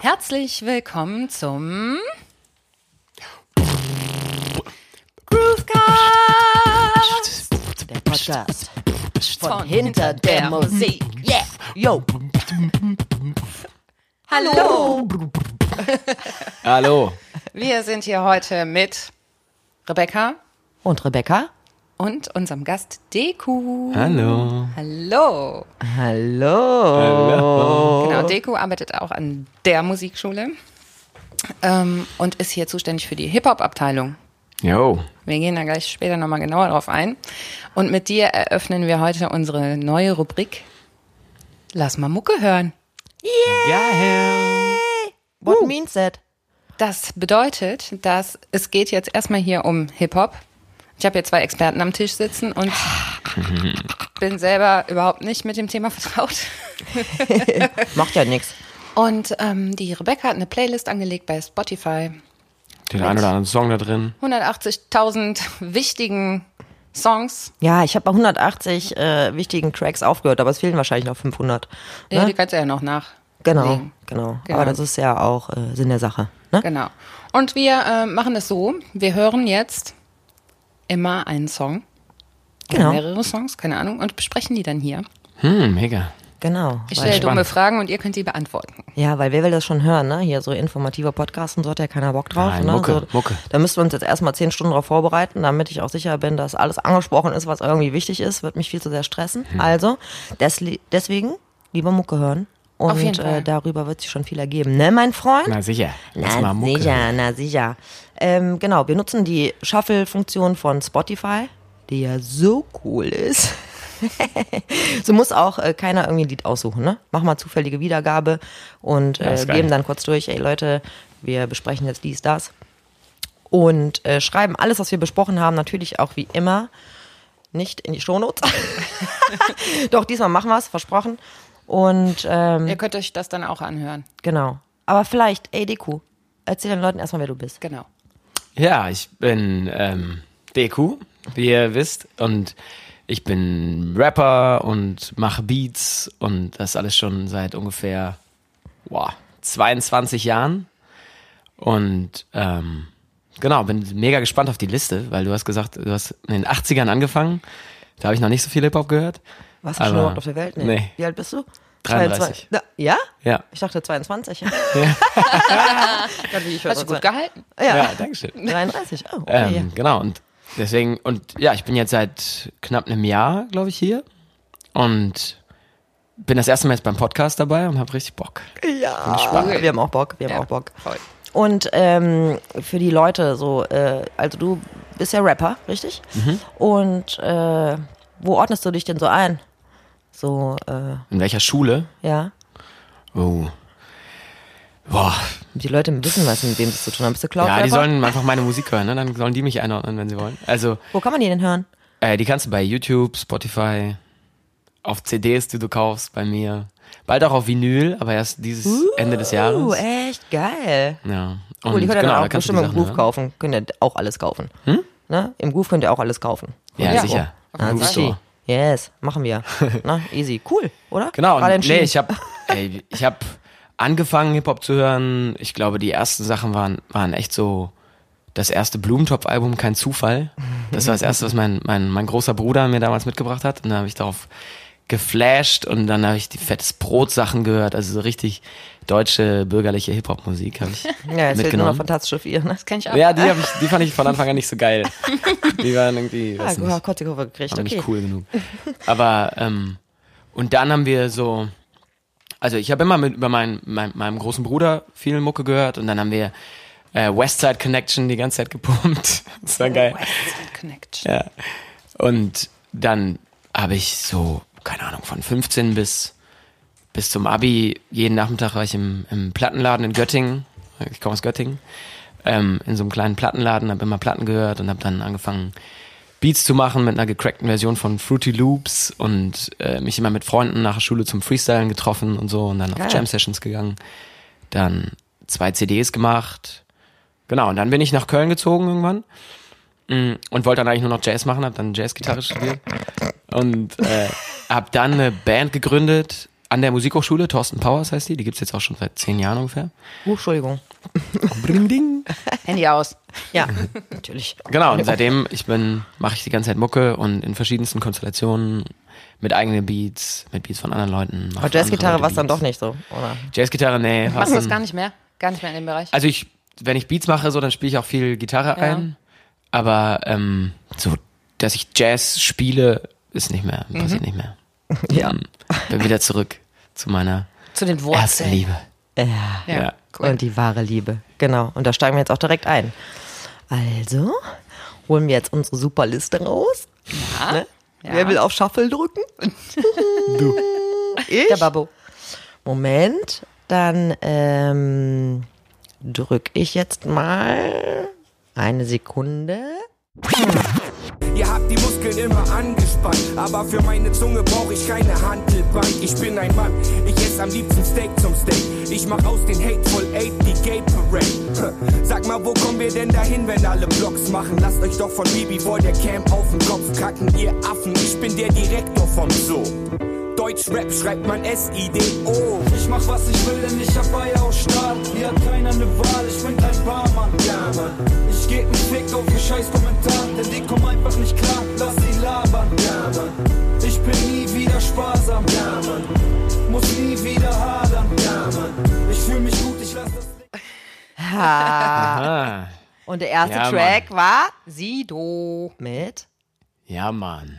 Herzlich willkommen zum Groovecast. Der Podcast von hinter der Musik. Yeah, yo. Hallo, Hallo. wir sind hier heute mit Rebecca Und Rebecca? und unserem Gast Deku. Hallo. Hallo. Hallo. Genau, Deku arbeitet auch an der Musikschule ähm, und ist hier zuständig für die Hip-Hop-Abteilung. Jo. Wir gehen da gleich später nochmal genauer drauf ein. Und mit dir eröffnen wir heute unsere neue Rubrik. Lass mal Mucke hören. Ja, Herr. What means that? Das bedeutet, dass es geht jetzt erstmal hier um Hip-Hop. Ich habe hier zwei Experten am Tisch sitzen und bin selber überhaupt nicht mit dem Thema vertraut. Macht ja nix. Und ähm, die Rebecca hat eine Playlist angelegt bei Spotify. Den einen oder anderen Song da drin. 180.000 wichtigen Songs. Ja, ich habe bei 180 äh, wichtigen Tracks aufgehört, aber es fehlen wahrscheinlich noch 500. Ja, Ne? die kannst du ja noch nach. Genau, legen. genau, Genau. Aber das ist ja auch äh, Sinn der Sache. Ne? Genau. Und wir äh, machen es so, wir hören jetzt immer einen Song, oder Genau. mehrere Songs, keine Ahnung, und besprechen die dann hier. Hm, mega. Genau. Ich Weil, stelle dumme spannend. Fragen und ihr könnt die beantworten. ja, weil wer will das schon hören, ne? Hier so informativer Podcast und so hat ja keiner Bock drauf. Nein, ne? Mucke, so, Mucke. Da müssen wir uns jetzt erstmal zehn Stunden drauf vorbereiten, damit ich auch sicher bin, dass alles angesprochen ist, was irgendwie wichtig ist. Wird mich viel zu sehr stressen. Also, desli- deswegen lieber Mucke hören. Und Auf jeden Fall. Äh, darüber wird sich schon viel ergeben, ne, mein Freund? Na sicher. Lass Na mal Mucke. sicher, na sicher. Ähm, genau, wir nutzen die Shuffle-Funktion von Spotify, die ja so cool ist. so muss auch äh, keiner irgendwie ein Lied aussuchen, ne? Mach mal zufällige Wiedergabe und äh, ist geil. geben dann kurz durch, ey Leute, wir besprechen jetzt dies, das. Und äh, schreiben alles, was wir besprochen haben, natürlich auch wie immer nicht in die Shownotes. Doch, diesmal machen wir es, versprochen. Und ähm, Ihr könnt euch das dann auch anhören. Genau. Aber vielleicht, ey Deku, erzähl den Leuten erstmal, wer du bist. Genau. Ja, ich bin ähm, DQ, wie ihr wisst. Und ich bin Rapper und mache Beats. Und das alles schon seit ungefähr wow, 22 Jahren. Und ähm, genau, bin mega gespannt auf die Liste, weil du hast gesagt, du hast in den 80ern angefangen. Da habe ich noch nicht so viel Hip-Hop gehört. Warst du schon Aber- überhaupt auf der Welt? Nee. Wie alt bist du? 22. 33. Na, ja? Ja. Ich dachte 22. Ja. Gott, wie ich Hast du gut gehalten? Ja. Ja, danke schön. 33. Oh, okay. Ähm, Genau, und deswegen, und ja, ich bin jetzt seit knapp einem Jahr, glaube ich, hier und bin das erste Mal jetzt beim Podcast dabei und habe richtig Bock. ja. cool. Ah, Wir haben auch Bock. Wir haben Ja, auch Bock. voll. Und ähm, für die Leute so, äh, also du bist ja Rapper, richtig? Mhm. Und äh, wo ordnest du dich denn so ein? So, äh, In welcher Schule? ja. Oh. Boah. Die Leute müssen was mit wem das zu tun haben. Bist du Cloud Ja, die Rapper? sollen einfach meine Musik hören, ne? dann sollen die mich einordnen, wenn sie wollen. Also, Wo kann man die denn hören? äh, die kannst du bei YouTube, Spotify, auf CDs, die du kaufst, bei mir. Bald auch auf Vinyl, aber erst dieses Ende des Uh, Jahres. echt geil. Ja. Und genau, Cool, die könnt ihr dann auch kannst du bestimmt die im Sachen Groove hören. Hm? kaufen. Könnt ihr auch alles kaufen. Ne? Im Groove könnt ihr auch alles kaufen. Ja, Ja. sicher. Auf Ah, jeden Fall. Sushi. Store. Yes, machen wir. Na, easy. Cool, oder? Genau, Gerade und, nee, entschieden. ich habe ich hab angefangen Hip-Hop zu hören. Ich glaube, die ersten Sachen waren, waren echt so das erste Blumentopf-Album, kein Zufall. Das war das erste, was mein, mein, mein großer Bruder mir damals mitgebracht hat. Und da habe ich darauf geflasht und dann habe ich die fettes Brot-Sachen gehört. Also so richtig deutsche bürgerliche Hip-Hop-Musik habe ich ja, jetzt fehlt nur noch mitgenommen. fantastische vier. Ne? Das kenne ich auch. Ja, die, hab ich, die fand ich von Anfang an nicht so geil. Die waren irgendwie, Ah, weiß gut, nicht, hab kurz die Kurve gekriegt. aber Okay. nicht cool genug. Aber ähm, und dann haben wir so, also ich habe immer mit über meinen mein, meinem großen Bruder viel Mucke gehört und dann haben wir äh, Westside Connection die ganze Zeit gepumpt. Das war Oh, geil. Westside Connection. Ja. Und dann habe ich so, keine Ahnung, von 15 bis, bis zum Abi, jeden Nachmittag war ich im, im Plattenladen in Göttingen. Ich komme aus Göttingen. Ähm, in so einem kleinen Plattenladen, habe immer Platten gehört und habe dann angefangen, Beats zu machen mit einer gecrackten Version von Fruity Loops und äh, mich immer mit Freunden nach der Schule zum Freestylen getroffen und so und dann auf Geil. Jam Sessions gegangen. Dann zwei CDs gemacht. Genau, und dann bin ich nach Köln gezogen irgendwann Mm, und wollte dann eigentlich nur noch Jazz machen, habe dann Jazzgitarre studiert und äh, habe dann eine Band gegründet an der Musikhochschule, Thorsten Powers heißt die, die gibt's jetzt auch schon seit zehn Jahren ungefähr. Uh, Entschuldigung. Bring ding. Handy aus. Ja, natürlich. Genau, und seitdem ich bin, mache ich die ganze Zeit Mucke und in verschiedensten Konstellationen mit eigenen Beats, mit Beats von anderen Leuten. Aber Jazzgitarre war es dann doch nicht so, oder? nicht. Jazzgitarre, nee. war's Machst du das dann- gar nicht mehr? Gar nicht mehr in dem Bereich? Also ich, wenn ich Beats mache, so, dann spiele ich auch viel Gitarre ein. Aber ähm, so, dass ich Jazz spiele, ist nicht mehr, passiert nicht mehr. Mhm. Ähm, Ja. Bin wieder zurück zu meiner Zu den ersten Wurzeln. Liebe. Äh. ja. Ja, Ja. cool. Und die wahre Liebe. Genau. Und da steigen wir jetzt auch direkt ein. Also, holen wir jetzt unsere Superliste raus. Ne? ja. Wer will auf Shuffle drücken? Du. Ich? Der Babbo. Moment, dann ähm, drück ich jetzt mal eine Sekunde. Ihr habt die Muskeln immer angespannt, aber für meine Zunge brauche ich keine Handelbank. Ich bin ein Mann, ich esse am liebsten Steak zum Steak. Ich mach aus den Hateful Eight die Gay Parade. Hm. Sag mal, wo kommen wir denn dahin, wenn alle Vlogs machen? Lasst euch doch von Baby vor der Camp auf den Kopf kacken, ihr Affen. Ich bin der Direktor vom Zoo. Deutschrap schreibt man S-I-D-O. Ich mach was ich will, denn ich hab Eier aus Stahl. Hier hat keiner ne Wahl, ich bin ein Barmann. Ja, Mann. Ich geb nen Fick auf den scheiß Kommentar, denn die kommen einfach nicht klar, lass sie labern. Ja, Mann. Ich bin nie wieder sparsam. Ja, Mann. Muss nie wieder hadern. Ja, Mann. Ich fühl mich gut, ich lass das... Ah, Und der erste Ja, Track war Sido. mit ja, Mann.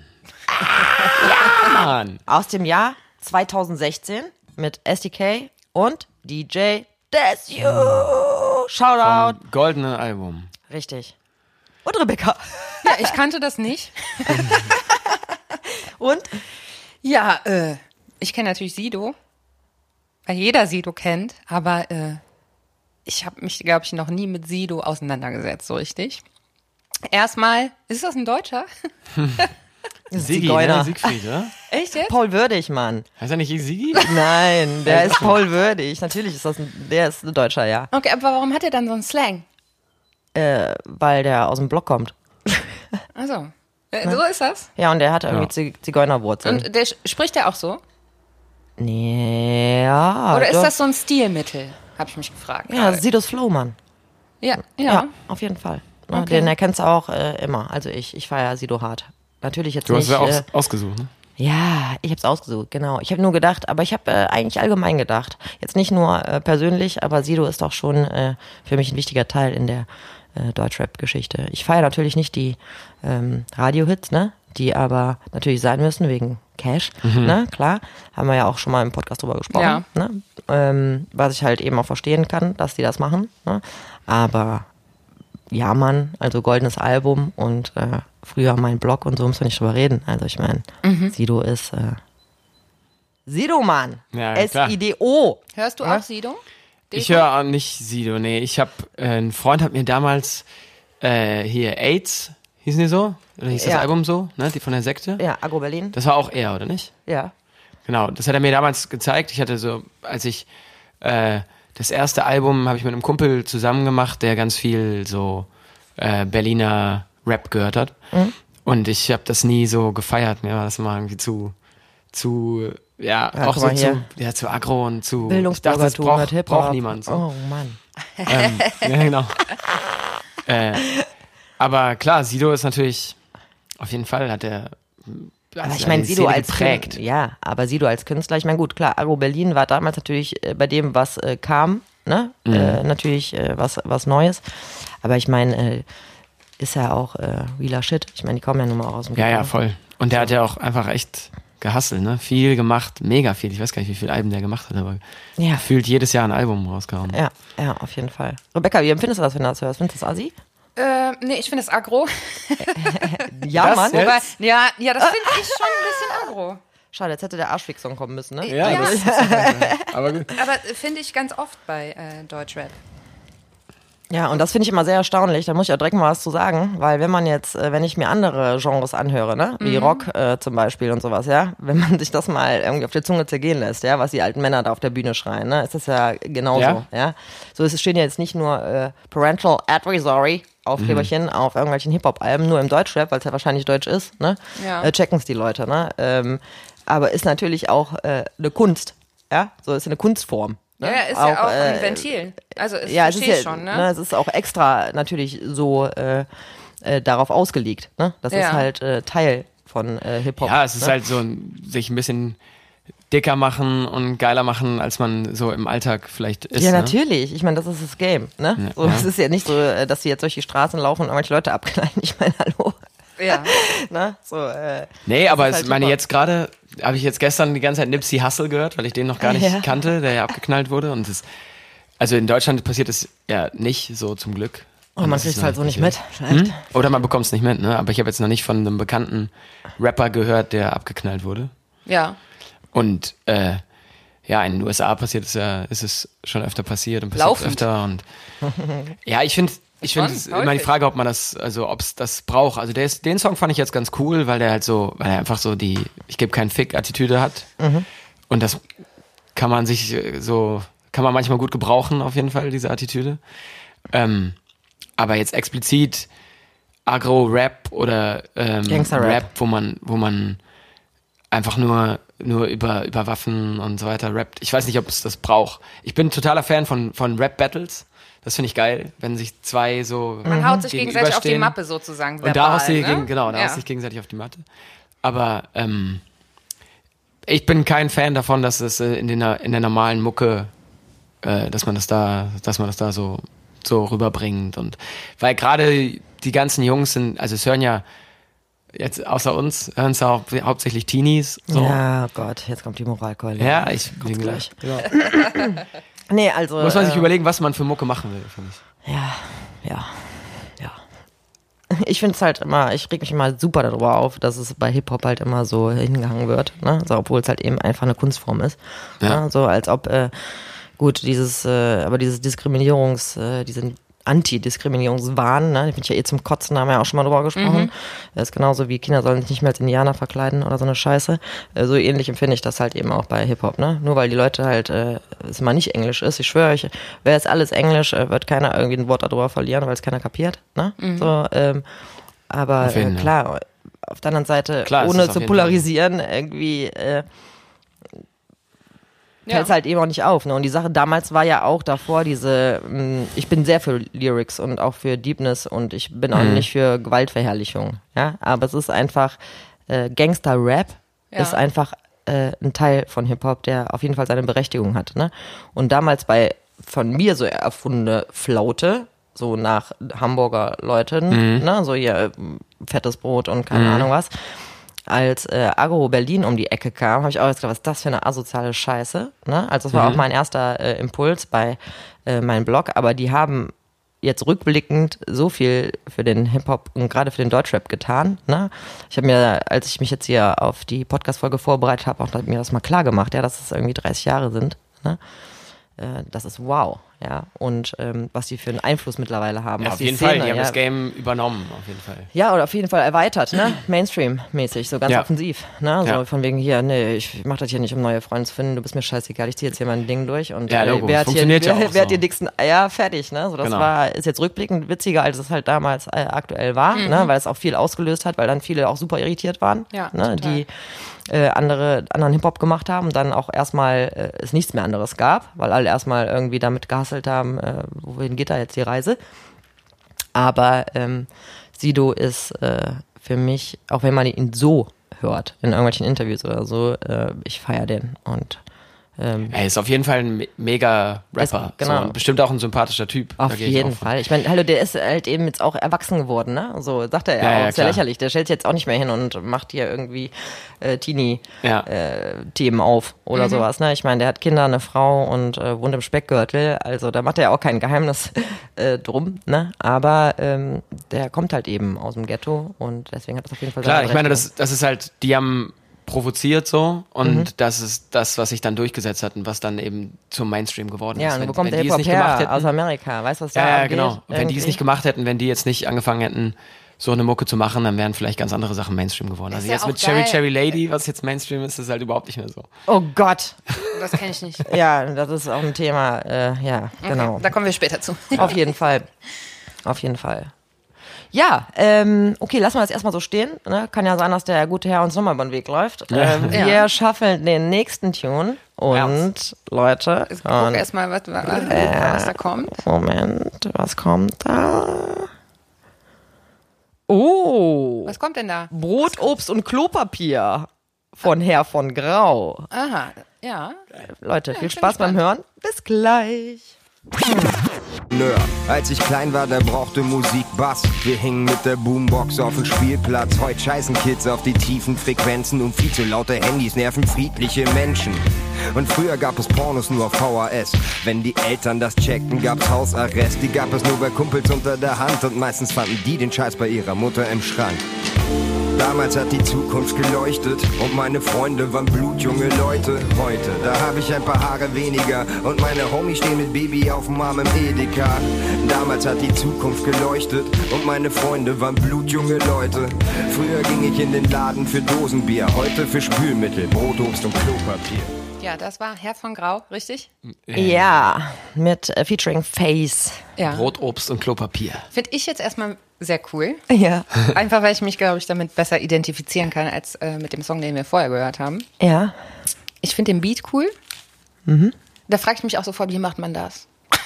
ja, Mann. aus dem Jahr 2016 mit SDK und DJ Desu. Shoutout. Goldene Album. Richtig. Und Rebecca. Ja, ich kannte das nicht. Und Ja, äh, ich kenne natürlich Sido, weil jeder Sido kennt, aber äh, ich habe mich, glaube ich, noch nie mit Sido auseinandergesetzt, so richtig. Erstmal, ist das ein Deutscher? Sigi, Zigeuner. ne? Siegfried, oder? Echt jetzt? Paul Würdig, Mann. Heißt er nicht Sigi? Nein, der ist Paul Würdig. Natürlich ist das ein, der ist ein Deutscher, ja. Okay, aber warum hat er dann so einen Slang? Äh, weil der aus dem Block kommt. Also, äh, so ist das. Ja, und der hat irgendwie Ja. Zig- Zigeunerwurzeln. Und der sch- spricht ja auch so? Nee, ja. Oder ist doch. das so ein Stilmittel? Habe ich mich gefragt. Ja, Sidos Flow, Mann. ja, ja. Ja, auf jeden Fall. Ne, Den erkennst du auch äh, immer. Also ich, ich feiere Sido hart. Natürlich jetzt Du hast nicht. es ja äh, aus, ausgesucht, ne? Ja, ich hab's ausgesucht, genau. Ich habe nur gedacht, aber ich habe äh, eigentlich allgemein gedacht. Jetzt nicht nur äh, persönlich, aber Sido ist auch schon äh, für mich ein wichtiger Teil in der äh, Deutschrap-Geschichte. Ich feiere natürlich nicht die ähm, Radiohits, ne? Die aber natürlich sein müssen wegen Cash, ne? Klar, haben wir ja auch schon mal im Podcast drüber gesprochen, Ja. ne? Ähm, was ich halt eben auch verstehen kann, dass die das machen, ne? Aber ja, Mann, also goldenes Album und äh, früher mein Blog und so müssen wir nicht drüber reden. Also ich meine, Sido ist äh, Sido, Mann. Ja, klar. S-I-D-O. Hörst du Ja. auch Sido? Ich höre auch nicht Sido, nee. Ich hab, äh, ein Freund hat mir damals äh, hier AIDS, hießen die so? Oder hieß Ja. das Album so, ne? Die von der Sekte? Ja, Agro Berlin. Das war auch er, oder nicht? Ja. Genau, das hat er mir damals gezeigt. Ich hatte so, als ich äh, das erste Album habe ich mit einem Kumpel zusammen gemacht, der ganz viel so äh, Berliner Rap gehört hat. Mhm. Und ich habe das nie so gefeiert. Mir war das immer irgendwie zu, zu, ja, Ja, auch guck so mal hier. zu, ja, zu aggro und zu. Ich dachte, das Bildungsbürgertum braucht, mit Hip-Hop. braucht niemand. So. Oh Mann. Ähm, ja, genau. äh, aber klar, Sido ist natürlich, auf jeden Fall hat er. Aber ich meine, Sido als geprägt. Kün- Ja, aber Sido als Künstler, ich meine, gut, klar, Agro Berlin war damals natürlich äh, bei dem, was äh, kam, ne? Mhm. Äh, natürlich äh, was, was Neues. Aber ich meine, äh, ist ja auch äh, realer Shit. Ich meine, die kommen ja nun mal auch aus dem Ja, ja, Ghetto. voll. Und der hat ja auch einfach echt gehasselt, ne? Viel gemacht, mega viel. Ich weiß gar nicht, wie viele Alben der gemacht hat, aber Ja. gefühlt jedes Jahr ein Album rausgehauen. Ja, ja, auf jeden Fall. Rebecca, wie empfindest du das, wenn du das hörst? Findest du das assi? Äh, nee, ich finde das aggro. Ja, Das Mann. jetzt? Wobei, Wobei, ja, ja, Äh. das finde ich schon ein bisschen aggro. schade, jetzt hätte der Arschfick-Song kommen müssen, ne? Ja, Ja. Das, aber gut. Aber äh, finde ich ganz oft bei äh, Deutschrap. Ja, und das finde ich immer sehr erstaunlich. Da muss ich auch direkt mal was zu sagen, weil wenn man jetzt, äh, wenn ich mir andere Genres anhöre, ne, wie Rock äh, zum Beispiel und sowas, ja, wenn man sich das mal irgendwie auf der Zunge zergehen lässt, ja, was die alten Männer da auf der Bühne schreien, ne, ist das ja genauso, ja. Ja. So es stehen ja jetzt nicht nur äh, Parental Advisory Aufkleberchen auf irgendwelchen Hip-Hop-Alben, nur im Deutschrap, weil es ja wahrscheinlich deutsch ist, ne, Ja. äh, checken es die Leute, ne, ähm, aber ist natürlich auch äh, eine Kunst, ja, so ist eine Kunstform. Ne? Ja, ist ja auch ein äh, Ventil. Also ich ja, es ist verstehe ja, schon, ne? es ist auch extra natürlich so äh, äh, darauf ausgelegt. Ne? Das Ja. ist halt äh, Teil von äh, Hip Hop. Ja, es ist ne? halt so ein, sich ein bisschen dicker machen und geiler machen, als man so im Alltag vielleicht ist. ja, ne? natürlich. Ich meine, das ist das Game. Ne? so, Es ist ja nicht so, äh, dass sie jetzt durch die Straßen laufen und irgendwelche Leute abknallen. Ich meine, hallo. Ja. ne? so, äh, Nee, aber ist ich halt meine super. jetzt gerade habe ich jetzt gestern die ganze Zeit Nipsey Hussle gehört, weil ich den noch gar nicht Ja. kannte, der ja abgeknallt wurde und das, also in Deutschland passiert es ja nicht so zum Glück. oh, man Das kriegt ist es halt so noch nicht mit. passiert. Vielleicht. Hm? Oder man bekommt es nicht mit, ne? Aber ich habe jetzt noch nicht von einem bekannten Rapper gehört, der abgeknallt wurde. ja. Und äh, ja, in den USA passiert es ja, ist es schon öfter passiert und passiert es Laufend. öfter und ja, ich finde, ich finde Schon, es ist immer die häufig. Frage, ob man das, also ob es das braucht. Also der ist, den Song fand ich jetzt ganz cool, weil der halt so, weil er einfach so die, ich gebe keinen Fick Attitüde hat Mhm. und das kann man sich äh, so, kann man manchmal gut gebrauchen auf jeden Fall diese Attitüde. Ähm, aber jetzt explizit Agro-Rap oder ähm, Gangster-Rap. Rap, wo man, wo man einfach nur, nur über, über Waffen und so weiter rappt. Ich weiß nicht, ob es das braucht. Ich bin totaler Fan von, von Rap-Battles. Das finde ich geil, wenn sich zwei so. Man haut sich gegenseitig auf die Mhm. gegenüberstehen. Mappe sozusagen. Und da verbal, hast du ne? gegen, genau, da ja. hast du dich gegenseitig auf die Matte. Aber ähm, ich bin kein Fan davon, dass es äh, in, den, in der normalen Mucke, äh, dass man das da, dass man das da so, so rüberbringt. Und weil gerade die ganzen Jungs sind, also es hören ja jetzt außer uns, hören es ja hau hauptsächlich Teenies. So. Ja. Ja, oh Gott, jetzt kommt die Moralkeule. ich wie gesagt, Nee, also. muss man sich äh, überlegen, was man für Mucke machen will, finde ich. Ja, ja, ja. Ich finde es halt immer, ich reg mich immer super darüber auf, dass es bei Hip-Hop halt immer so hingehangen wird, ne? so, obwohl es halt eben einfach eine Kunstform ist. Ja. Ne? So als ob, äh, gut, dieses, äh, aber dieses Diskriminierungs, äh, diesen Antidiskriminierungswahn, ne? den finde ich ja eh zum Kotzen, da haben wir ja auch schon mal drüber gesprochen. Das ist genauso wie Kinder sollen sich nicht mehr als Indianer verkleiden oder so eine Scheiße. Äh, so ähnlich empfinde ich das halt eben auch bei Hip-Hop, ne? Nur weil die Leute halt, äh, es mal nicht Englisch ist, ich schwöre euch, wäre es alles Englisch, äh, wird keiner irgendwie ein Wort darüber verlieren, weil es keiner kapiert, ne? So, ähm, aber Auf jeden äh, Fall. klar, auf der anderen Seite, Klar, es ist ohne auf zu jeden Fall. polarisieren, irgendwie äh, fällt es halt eben auch nicht auf. Ne? Und die Sache damals war ja auch davor diese, mh, ich bin sehr für Lyrics und auch für Deepness und ich bin auch nicht für Gewaltverherrlichung. Ja? Aber es ist einfach, äh, Gangster-Rap Ja. ist einfach äh, ein Teil von Hip-Hop, der auf jeden Fall seine Berechtigung hat. Ne? Und damals bei von mir so erfundene Flaute, so nach Hamburger Leuten, ne? so hier äh, fettes Brot und keine Ahnung was, als äh, Agro Berlin um die Ecke kam, habe ich auch jetzt gedacht, was ist das für eine asoziale Scheiße. Ne? Also das Mhm. war auch mein erster äh, Impuls bei äh, meinem Blog, aber die haben jetzt rückblickend so viel für den Hip-Hop und gerade für den Deutschrap getan. Ne? Ich habe mir, als ich mich jetzt hier auf die Podcast-Folge vorbereitet habe, auch mir das mal klar gemacht, ja, dass es irgendwie 30 Jahre sind. Ne? Äh, Das ist wow, ja. Und ähm, was die für einen Einfluss mittlerweile haben. Ja, was auf jeden Szene, Fall, die haben ja. das Game übernommen, auf jeden Fall. Ja, oder auf jeden Fall erweitert, ne? Mainstream-mäßig, so ganz Ja. offensiv. Ne? So Ja. von wegen hier, nee, ich mach das hier nicht, um neue Freunde zu finden, du bist mir scheißegal, ich zieh jetzt hier mein Ding durch und Ja, äh, Logo, wer hat hier, funktioniert ja wer, wer auch so. hat die dicksten Eier, fertig, ne? So, das Genau. war, ist jetzt rückblickend witziger, als es halt damals äh, aktuell war, Mhm. ne? Weil es auch viel ausgelöst hat, weil dann viele auch super irritiert waren, Ja, total. ne? Die äh, andere, anderen Hip-Hop gemacht haben und dann auch erstmal äh, es nichts mehr anderes gab, weil alle erstmal irgendwie damit gehasselt haben, äh, wohin geht da jetzt die Reise? Aber ähm, Sido ist äh, für mich, auch wenn man ihn so hört, in irgendwelchen Interviews oder so, äh, ich feiere den. Und ähm, Er ist auf jeden Fall ein me- mega Rapper. Es- genau. so, und bestimmt auch ein sympathischer Typ. da auf gehe ich jeden auch von. Fall. Ich meine, hallo, der ist halt eben jetzt auch erwachsen geworden, ne? So sagt er ja, Ja, auch, ja, ist ja klar. lächerlich. Der stellt sich jetzt auch nicht mehr hin und macht hier irgendwie äh, Teenie. Ja. Äh, Themen auf oder Mhm. sowas. Ne? Ich meine, der hat Kinder, eine Frau und äh, wohnt im Speckgürtel. Also da macht er ja auch kein Geheimnis äh, drum. Ne? Aber ähm, der kommt halt eben aus dem Ghetto und deswegen hat das auf jeden Fall Klar, seine ich meine, Berechtigung. Mhm. das, das ist halt, die haben provoziert so und das ist das, was sich dann durchgesetzt hat und was dann eben zum Mainstream geworden Ja, ist. und Wenn- wo kommt wenn der die es Hip-Hop nicht gemacht her? hätten, Aus Amerika. Weißt du, was da ja, ja, abgeht? genau. Wenn die es Irgendwie? nicht gemacht hätten, wenn die jetzt nicht angefangen hätten, so eine Mucke zu machen, dann wären vielleicht ganz andere Sachen Mainstream geworden. Also ja jetzt auch mit Cherry geil. Cherry Lady, was jetzt Mainstream ist, ist halt überhaupt nicht mehr so. Oh Gott. Das kenne ich nicht. Ja, das ist auch ein Thema. Äh, ja, genau. Da kommen wir später zu. Auf jeden Fall. Auf jeden Fall. Ja, ähm, okay, lassen wir das erstmal so stehen. Ne? Kann ja sein, dass der gute Herr uns nochmal über den Weg läuft. Ähm, Ja. Wir schaffeln den nächsten Tune. Und Ernst? Leute, Ich guck und erstmal, was, was, was da kommt. Moment, was kommt da? Oh, Was kommt denn da? Brot, Obst und Klopapier von Herr von Grau. Aha, ja. Leute, viel Spaß beim Hören. Bis gleich. Nö, als ich klein war, da brauchte Musik Bass. Wir hingen mit der Boombox auf dem Spielplatz. Heut scheißen Kids auf die tiefen Frequenzen und viel zu laute Handys nerven friedliche Menschen. Und früher gab es Pornos nur auf VHS. Wenn die Eltern das checkten, gab's Hausarrest. Die gab es nur bei Kumpels unter der Hand und meistens fanden die den Scheiß bei ihrer Mutter im Schrank. Damals hat die Zukunft geleuchtet und meine Freunde waren blutjunge Leute. Heute, da habe ich ein paar Haare weniger und meine Homies stehen mit Baby auf dem Arm im Edeka. Damals hat die Zukunft geleuchtet und meine Freunde waren blutjunge Leute. Früher ging ich in den Laden für Dosenbier, heute für Spülmittel, Brot, Obst und Klopapier. Ja, das war Herz von Grau, richtig? Ja, mit äh, Featuring Face. Ja. Brot, Obst und Klopapier. Finde ich jetzt erstmal sehr cool. Ja. Einfach, weil ich mich, glaube ich, damit besser identifizieren kann als äh, mit dem Song, den wir vorher gehört haben. Ja. Ich finde den Beat cool. Mhm. Da frage ich mich auch sofort, wie macht man das?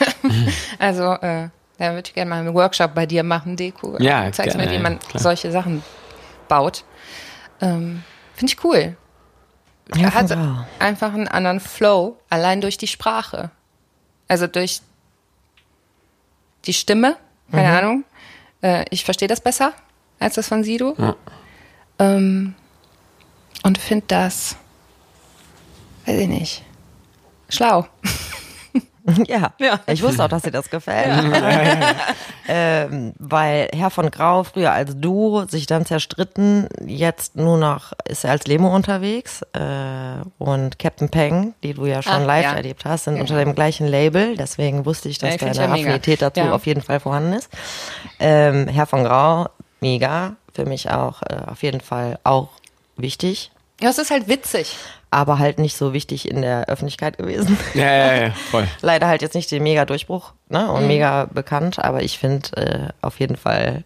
also, äh, da würde ich gerne mal einen Workshop bei dir machen, Deko. Ja, Zeig gerne, mir, wie ja, man klar. solche Sachen baut. Ähm, finde ich cool. Er hat Grau. einfach einen anderen Flow, allein durch die Sprache. Also durch die Stimme, keine Mhm. Ahnung. Äh, ich verstehe das besser als das von Sido. Ähm, und finde das, weiß ich nicht, schlau. Ja. Ja. ich wusste auch, dass dir das gefällt. ähm, weil Herr von Grau früher als Duo sich dann zerstritten, jetzt nur noch ist er als Lemo unterwegs äh, und Captain Peng, die du ja schon Ah, live ja. erlebt hast, sind unter dem gleichen Label, deswegen wusste ich, dass Ja, ich da find's eine ja mega. Affinität dazu Ja. auf jeden Fall vorhanden ist. Ähm, Herr von Grau, mega, für mich auch äh, auf jeden Fall auch wichtig, Ja, es ist halt witzig. aber halt nicht so wichtig in der Öffentlichkeit gewesen Ja, ja, ja, voll. leider halt jetzt nicht den mega Durchbruch ne? und mega bekannt, aber ich finde äh, auf jeden Fall,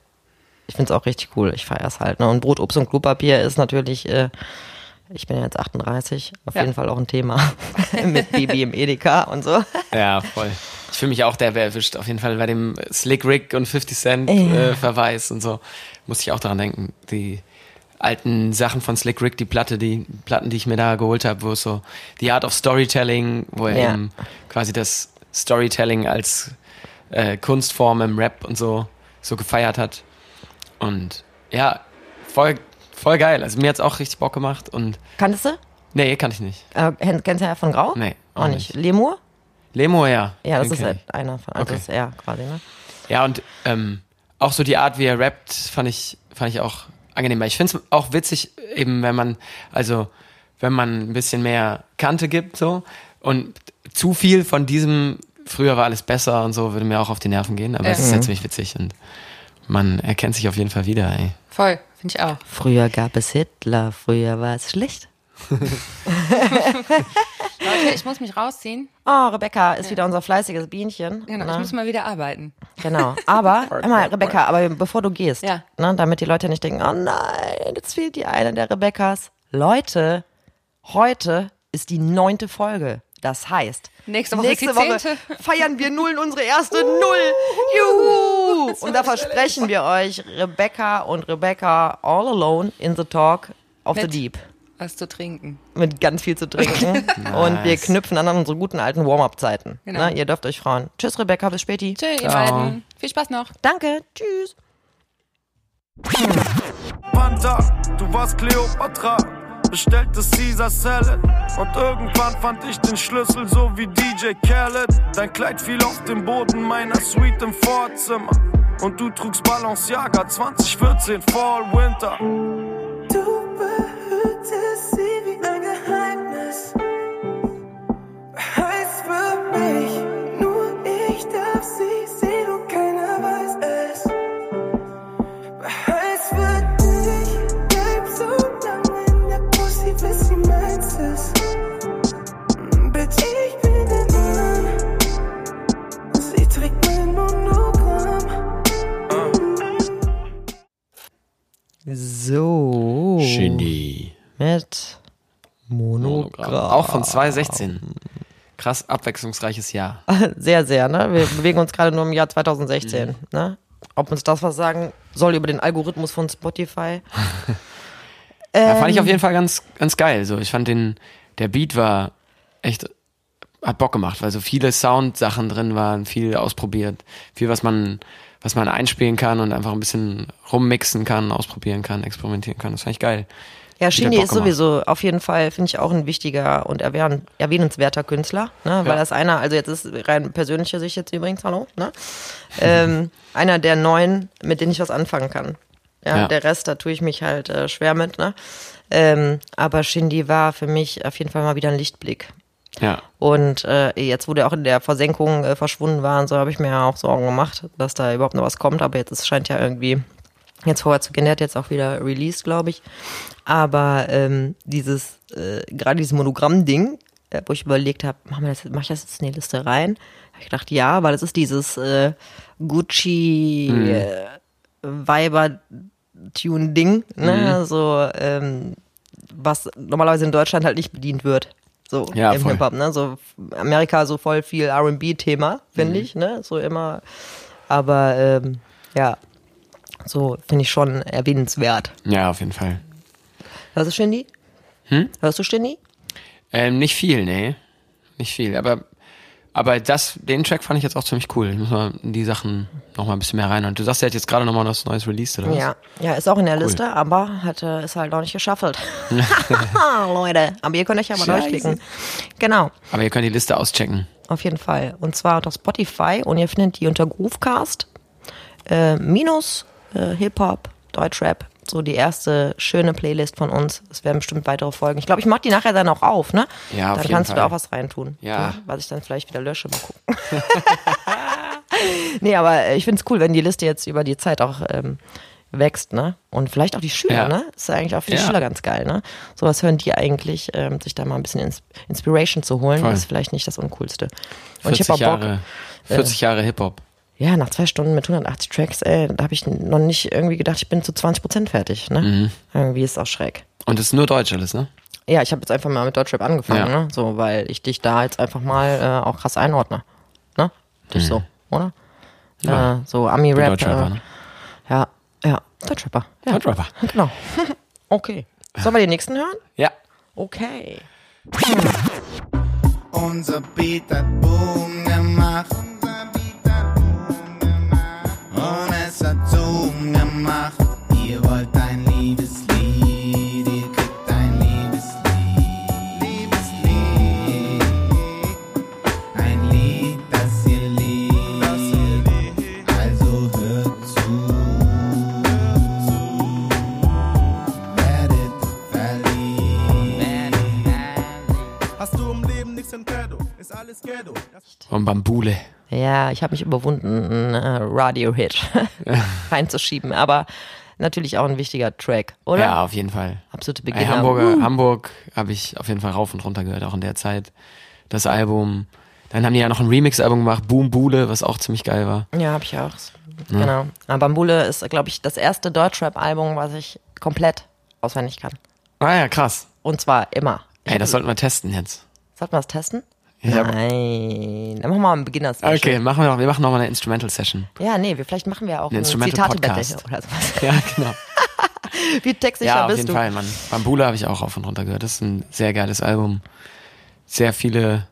ich finde es auch richtig cool. Ich feiere es halt. Ne? Und Brot, Obst und Klopapier ist natürlich, äh, ich bin ja jetzt 38, auf Ja. jeden Fall auch ein Thema mit Baby im Edeka und so. Ja, voll. Ich fühle mich auch derbe erwischt. Auf jeden Fall bei dem Slick Rick und 50 Cent äh, Verweis und so. Muss ich auch daran denken. Die alten Sachen von Slick Rick, die Platte, die Platten, die ich mir da geholt habe, wo es so die Art of Storytelling, wo er Ja. eben quasi das Storytelling als äh, Kunstform im Rap und so, so gefeiert hat. Und ja, voll, voll geil. Also mir hat's auch richtig Bock gemacht und Kanntest du? nee, kann ich nicht. Äh, kenn- kennst du Herr von Grau? Nee, auch Auch, nicht. Lemur? Lemo, ja. Ja, das Den ist kenn ich. halt einer von, also Okay. ist er quasi, ne? Ja, und ähm, auch so die Art, wie er rappt, fand ich, fand ich auch angenehm. Weil Ich finde es auch witzig, eben wenn man, also wenn man ein bisschen mehr Kante gibt so und zu viel von diesem, früher war alles besser und so, würde mir auch auf die Nerven gehen, aber es ist ja ziemlich witzig und man erkennt sich auf jeden Fall wieder, ey. Voll, finde ich auch. Früher gab es Hitler, früher war es schlecht. Leute, ich muss mich rausziehen. Oh, Rebecca ist wieder unser fleißiges Bienchen. Genau, ne? ich muss mal wieder arbeiten. Genau. Aber, immer, Rebecca, aber bevor du gehst, Ja. ne, damit die Leute nicht denken, oh nein, jetzt fehlt die eine der Rebeccas. Leute, heute ist die neunte Folge. Das heißt, Nächste Woche ist die zehnte. feiern wir Nullen unsere erste Null. Juhu! Und da versprechen wir euch Rebecca und Rebecca all alone in the talk of the Mit- deep. Was zu trinken. Mit ganz viel zu trinken. Und wir knüpfen an an unsere guten alten Warm-up-Zeiten. Genau. Ne, ihr dürft euch freuen. Tschüss, Rebecca, bis späti. Tschüss, ihr Ciao. beiden. Viel Spaß noch. Danke, tschüss. Panther, du warst Cleopatra, bestellte Caesar Salad. Und irgendwann fand ich den Schlüssel, so wie DJ Khaled. Dein Kleid fiel auf den Boden meiner Suite im Vorzimmer. Und du trugst Balenciaga 2014 Fall Winter. Du behütest sie So. Genie. Mit Monogramm. Monogramm. Auch von 2016. Krass abwechslungsreiches Jahr. Sehr, sehr, ne? Wir bewegen uns gerade nur im Jahr 2016, Mhm. ne? Ob uns das was sagen soll über den Algorithmus von Spotify? Ja, fand Ähm. ich auf jeden Fall ganz, ganz geil. So, ich fand den, der Beat war echt, hat Bock gemacht, weil so viele Sound-Sachen drin waren, viel ausprobiert, viel, was man, was man einspielen kann und einfach ein bisschen rummixen kann, ausprobieren kann, experimentieren kann. Das fand ich geil. Ja, Shindy Bock ist gemacht. sowieso auf jeden Fall, finde ich, auch ein wichtiger und erwähn erwähnenswerter Künstler, ne? weil Ja. das einer, also jetzt ist rein persönliche Sicht jetzt übrigens, hallo, ne? ähm, einer der neuen, mit denen ich was anfangen kann. Ja, Ja. der Rest, da tue ich mich halt äh, schwer mit, ne? Ähm, aber Shindy war für mich auf jeden Fall mal wieder ein Lichtblick. Ja. Und äh, jetzt, wo der auch in der Versenkung äh, verschwunden war, und so habe ich mir ja auch Sorgen gemacht, dass da überhaupt noch was kommt. Aber jetzt es scheint ja irgendwie jetzt vorher zu gehen. Der hat jetzt auch wieder released, glaube ich. Aber ähm, dieses, äh, gerade dieses Monogramm-Ding, äh, wo ich überlegt habe, mach, mir das- mach ich das jetzt in die Liste rein? Hab ich gedacht, ja, weil das ist dieses äh, Gucci äh, Weiber-Tune-Ding, Mhm. ne? So, ähm, was normalerweise in Deutschland halt nicht bedient wird. So Ja, im voll. Hip-Hop, ne? So Amerika so voll viel RB-Thema, Mhm. finde ich, ne? So immer. Aber ähm, ja, so finde ich schon erwähnenswert. Ja, auf jeden Fall. Hörst du Shindy? Hm? Hörst du Shindy? Ähm, nicht viel, nee. Nicht viel. Aber, aber das, den Track fand ich jetzt auch ziemlich cool. Ich muss mal in die Sachen nochmal ein bisschen mehr rein. Und du sagst, der hat jetzt gerade nochmal was Neues released, oder was? Ja. Ja, ist auch in der Liste, aber hat äh, ist halt noch nicht geschaffelt. Leute, aber ihr könnt euch ja mal Scheiße. durchklicken. Genau. Aber ihr könnt die Liste auschecken. Auf jeden Fall. Und zwar unter Spotify und ihr findet die unter Groovecast äh, minus äh, Hip-Hop, Deutschrap. So die erste schöne Playlist von uns. Es werden bestimmt weitere Folgen. Ich glaube, ich mache die nachher dann auch auf, ne? Ja, Dann auf jeden kannst du da Fall. auch was reintun. Ja. Ne? Was ich dann vielleicht wieder lösche. Mal gucken. nee, aber äh, ich finde es cool, wenn die Liste jetzt über die Zeit auch ähm, wächst, ne? Und vielleicht auch die Schüler, Ja. ne? Ist ja eigentlich auch für die Ja. Schüler ganz geil, ne? Sowas hören die eigentlich, ähm, sich da mal ein bisschen Ins Inspiration zu holen. Voll. Ist vielleicht nicht das Uncoolste. Und ich hab 40 auch Bock. Äh. Jahre, 40 Jahre Hip-Hop. Ja, nach zwei Stunden mit 180 Tracks, ey, da habe ich noch nicht irgendwie gedacht, ich bin zu 20 Prozent fertig. Ne? Mhm. Irgendwie ist auch schräg. Und das ist nur Deutsch alles, ne? Ja, ich habe jetzt einfach mal mit Deutschrap angefangen, Ja. ne? so, weil ich dich da jetzt einfach mal äh, auch krass einordne. Ne? Dich so, oder? Mhm. Ja. Äh, so Ami-Rap. Deutschrapper, Äh, ne? Ja, ja, Deutschrapper. Ja, Deutschrapper. Genau. okay. Sollen wir den nächsten hören? Ja. Okay. Unser Beat hat Boom gemacht. Und es hat Zoom gemacht. Ihr wollt ein Liebeslied, ihr kriegt ein Liebeslied. Liebeslied. Ein Lied, das ihr liebt. Also hört zu. Werdet verliebt. Hast du im Leben nichts in petto, ist alles Ghetto. Und Bambule. Ja, ich habe mich überwunden, einen äh, Radio-Hit reinzuschieben, aber natürlich auch ein wichtiger Track, oder? Ja, auf jeden Fall. Absolute Ey, Beginner. Hamburger, Hamburg habe ich auf jeden Fall rauf und runter gehört, auch in der Zeit. Das Album. Dann haben die ja noch ein Remix-Album gemacht, Boom Bule, was auch ziemlich geil war. Ja, habe ich auch. Genau. Aber Bambule ist, glaube ich, das erste Deutschrap-Album, was ich komplett auswendig kann. Ah ja, krass. Und zwar immer. Ey, das sollten wir testen jetzt. Sollten wir das testen? Ich hab- Nein. Dann machen wir mal einen beginner Okay, machen wir noch, wir machen nochmal eine Instrumental-Session. Ja, nee, wir, vielleicht machen wir auch Ein einen Instrumental-Podcast. Zitate-Battle oder sowas. Ja, genau. Wie textsicher ja, auf bist jeden du? Fall, Mann. Bambule habe ich auch rauf und runter gehört. Das ist ein sehr geiles Album. Sehr viele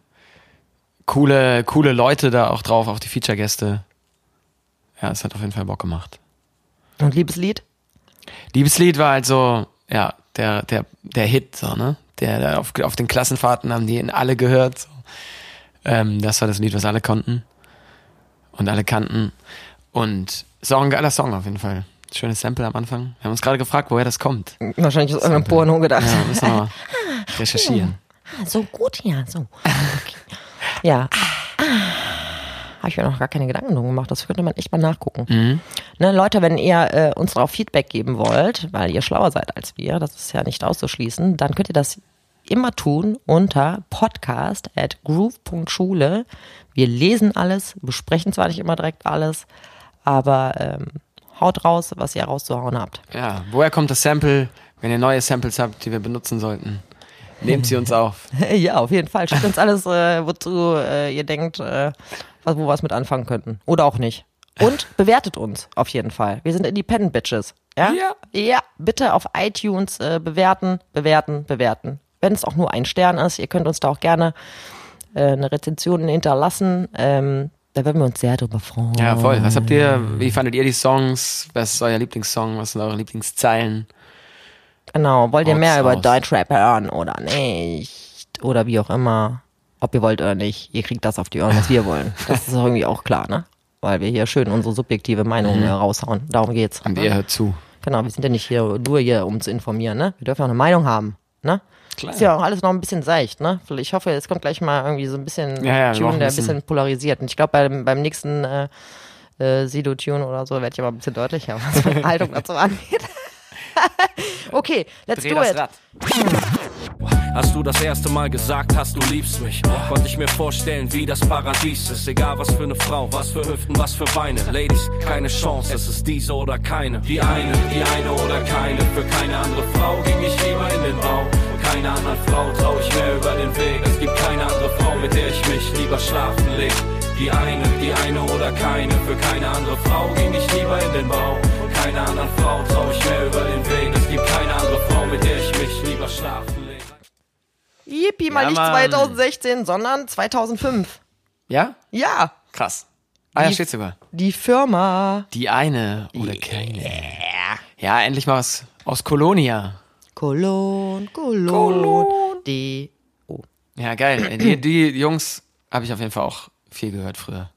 coole, coole Leute da auch drauf, auch die Feature-Gäste. Ja, es hat auf jeden Fall Bock gemacht. Und Liebeslied? Liebeslied war halt so, ja, der, der, der Hit, so, ne? Der, der auf, auf den Klassenfahrten haben die ihn alle gehört. So. Ähm, das war das Lied, was alle konnten. Und alle kannten. Und ist auch ein geiler Song auf jeden Fall. Schönes Sample am Anfang. Wir haben uns gerade gefragt, woher das kommt. Ja, Wahrscheinlich aus irgendeinem Porno gedacht. müssen wir mal recherchieren. Ah, So gut, ja, so. Okay. Ja. Habe ich mir noch gar keine Gedanken drum gemacht. Das könnte man echt mal nachgucken. Ne, Leute, wenn ihr äh, uns darauf Feedback geben wollt, weil ihr schlauer seid als wir, das ist ja nicht auszuschließen, dann könnt ihr das immer tun unter podcast at groove.schule. Wir lesen alles, besprechen zwar nicht immer direkt alles, aber ähm, haut raus, was ihr rauszuhauen habt. Ja, woher kommt das Sample? Wenn ihr neue Samples habt, die wir benutzen sollten, nehmt sie uns auf. ja, auf jeden Fall. Schickt uns alles, äh, wozu äh, ihr denkt, äh, was, wo wir was mit anfangen könnten. Oder auch nicht. Und bewertet uns auf jeden Fall. Wir sind Independent Bitches. Ja? Ja. bitte auf iTunes äh, bewerten, bewerten, bewerten. Wenn es auch nur ein Stern ist, ihr könnt uns da auch gerne äh, eine Rezension hinterlassen. Ähm, da würden wir uns sehr drüber freuen. Ja, voll. Was habt ihr, wie fandet ihr die Songs? Was ist euer Lieblingssong? Was sind eure Lieblingszeilen? Genau, wollt ihr Haut's mehr über raus. Deutschrap hören oder nicht? Oder wie auch immer. Ob ihr wollt oder nicht, ihr kriegt das auf die Ohren, was wir wollen. Das ist doch irgendwie auch klar, ne? Weil wir hier schön unsere subjektive Meinung äh, raushauen. Darum geht's. Und ihr hört zu. Genau, wir sind ja nicht hier nur hier, um zu informieren, ne? Wir dürfen auch eine Meinung haben, ne? Klar. Ist ja auch alles noch ein bisschen seicht, ne? Ich hoffe, es kommt gleich mal irgendwie so ein bisschen Ja, ja, wir Tune, brauchen der ein ein bisschen bisschen- polarisiert. Und ich glaube, beim, beim nächsten äh, äh, Sido-Tune oder so werde ich aber ein bisschen deutlicher, was meine Haltung dazu angeht. okay, let's do it. Als du das erste Mal gesagt hast, du liebst mich, konnte ich mir vorstellen, wie das Paradies ist. Egal was für eine Frau, was für Hüften, was für Beine. Ladies, keine Chance, es ist diese oder keine. Die eine, die eine oder keine. Für keine andere Frau ging ich lieber in den Bau. Keine andere Frau trau ich mehr über den Weg. Es gibt keine andere Frau, mit der ich mich lieber schlafen leg. Die eine, die eine oder keine. Für keine andere Frau ging ich lieber in den Bau. Keine andere Frau trau ich mehr über den Weg. Es gibt keine andere Frau, mit der ich mich lieber schlafen leg. Yippie, mal Ja, nicht Mann. 2016, sondern 2005. Ja? Ja, Krass. Ah, ja, Die- steht sogar. die Firma Die eine oder keine. Ja, endlich mal was aus Kolonia. Cologne, Cologne, die Ja, geil. Äh, Die, die Jungs habe ich auf jeden Fall auch viel gehört früher.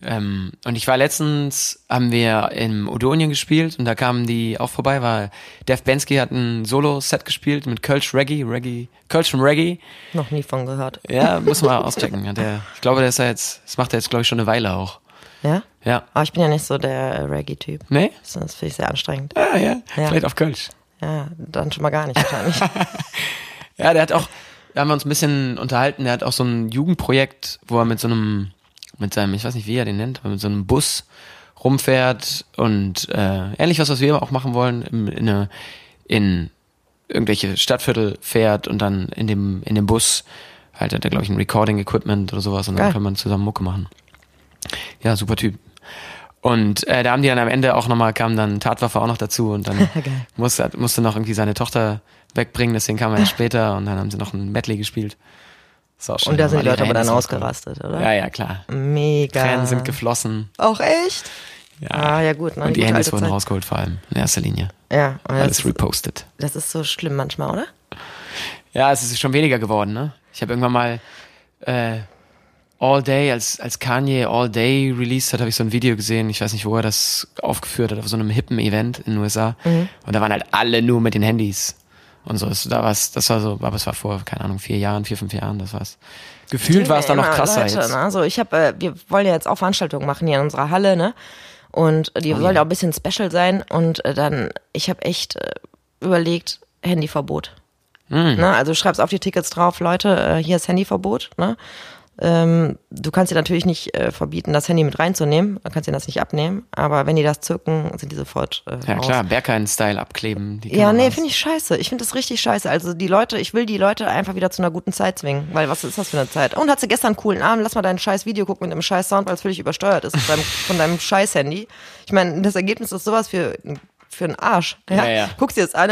Ähm, und ich war letztens, haben wir im Odonien gespielt und da kamen die auch vorbei, weil Def Bensky hat ein Solo-Set gespielt mit Kölsch Reggae, Reggae, Kölsch und Reggae. noch nie von gehört. Ja, muss man auschecken. Ja, der, ich glaube, der ist ja jetzt, das macht er jetzt, glaube ich, schon eine Weile auch. Ja? Ja. Aber ich bin ja nicht so der äh, Reggae-Typ. Nee? Das das finde ich sehr anstrengend. Ah, ja. Ja. Vielleicht auf Kölsch. Ja, dann schon mal gar nicht wahrscheinlich. Ja, der hat auch, da haben wir uns ein bisschen unterhalten, der hat auch so ein Jugendprojekt, wo er mit so einem, mit seinem, ich weiß nicht, wie er den nennt, aber mit so einem Bus rumfährt und äh, ähnlich was, was wir auch machen wollen, in, in, eine, in irgendwelche Stadtviertel fährt und dann in dem, in dem Bus halt hat er, glaube ich, ein Recording-Equipment oder sowas und dann Geil. kann man zusammen Mucke machen. Ja, super Typ. Und äh, da haben die dann am Ende auch nochmal, kam dann Tatwaffe auch noch dazu und dann musste, musste noch irgendwie seine Tochter wegbringen, deswegen kam er erst später und dann haben sie noch ein Medley gespielt. Ist auch schön, Und da wenn sind man die Leute alle aber dann ne? Handys hochkommt. ausgerastet, oder? Ja, ja, klar. Mega. Tränen sind geflossen. Auch echt? Ja. Ah, ja gut. Ne? und die gute Handys alte wurden Zeit. rausgeholt vor allem, in erster Linie. Ja, aber das, Alles ist, repostet. das ist so schlimm manchmal, oder? Ja, es ist schon weniger geworden, ne? Ich habe irgendwann mal äh, All Day, als, als Kanye All Day released hat, habe ich so ein Video gesehen. Ich weiß nicht, wo er das aufgeführt hat, auf so einem hippen Event in den USA. Mhm. Und da waren halt alle nur mit den Handys. Und so, Es- da war's, das war so, aber es war vor, keine Ahnung, vier Jahren, vier, fünf Jahren, das war's. Gefühlt war es dann noch Immer krasser Leute, jetzt. Ne? Also ich habe, äh, wir wollen ja jetzt auch Veranstaltungen machen hier in unserer Halle, ne? Und Oh die soll ja auch ein bisschen special sein. Und äh, dann, ich habe echt äh, überlegt, Handyverbot. Hm. Ne? Also schreib's auf die Tickets drauf, Leute, äh, hier ist Handyverbot, ne? Ähm, du kannst dir natürlich nicht äh, verbieten, das Handy mit reinzunehmen, dann kannst du dir das nicht abnehmen, aber wenn die das zücken, sind die sofort äh, Ja raus. klar, Berghain-Style abkleben. Die Ja, nee, Kameras. finde ich scheiße. Ich finde das richtig scheiße. Also die Leute, ich will die Leute einfach wieder zu einer guten Zeit zwingen. Weil was ist das für eine Zeit? Oh, Und hast du gestern einen coolen Abend? Lass mal dein scheiß Video gucken mit einem scheiß Sound, weil es völlig übersteuert ist von deinem, von deinem scheiß Handy. Ich meine, das Ergebnis ist sowas für für einen Arsch. Ja, Ja, ja. Guckst dir das an.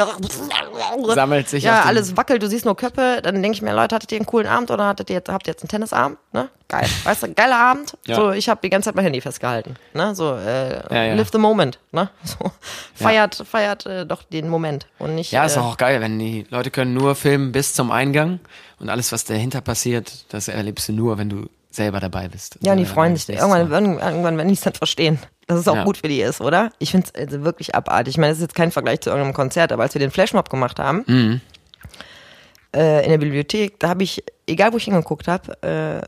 Sammelt sich Ja, auf den- alles wackelt, du siehst nur Köpfe. Dann denke ich mir, Leute, hattet ihr einen coolen Abend oder hattet ihr jetzt, habt ihr jetzt einen Tennisarm? Ne? Geil. Weißt du, geiler Abend. Ja. So, ich habe die ganze Zeit mein Handy festgehalten. Ne? So, äh, Ja, ja. live the moment. Ne? So, feiert feiert äh, doch den Moment und nicht. Ja, ist äh, doch auch geil, wenn die Leute können nur filmen bis zum Eingang und alles, was dahinter passiert, das erlebst du nur, wenn du selber dabei bist. Ja, und die Selber freuen dabei sich. bist. Irgendwann, irgendwann, irgendwann werden die es dann verstehen, dass es auch Ja. gut für die ist, oder? Ich finde es also wirklich abartig. Ich meine, das ist jetzt kein Vergleich zu irgendeinem Konzert, aber als wir den Flashmob gemacht haben, Mhm. äh, in der Bibliothek, da habe ich, egal wo ich hingeguckt habe,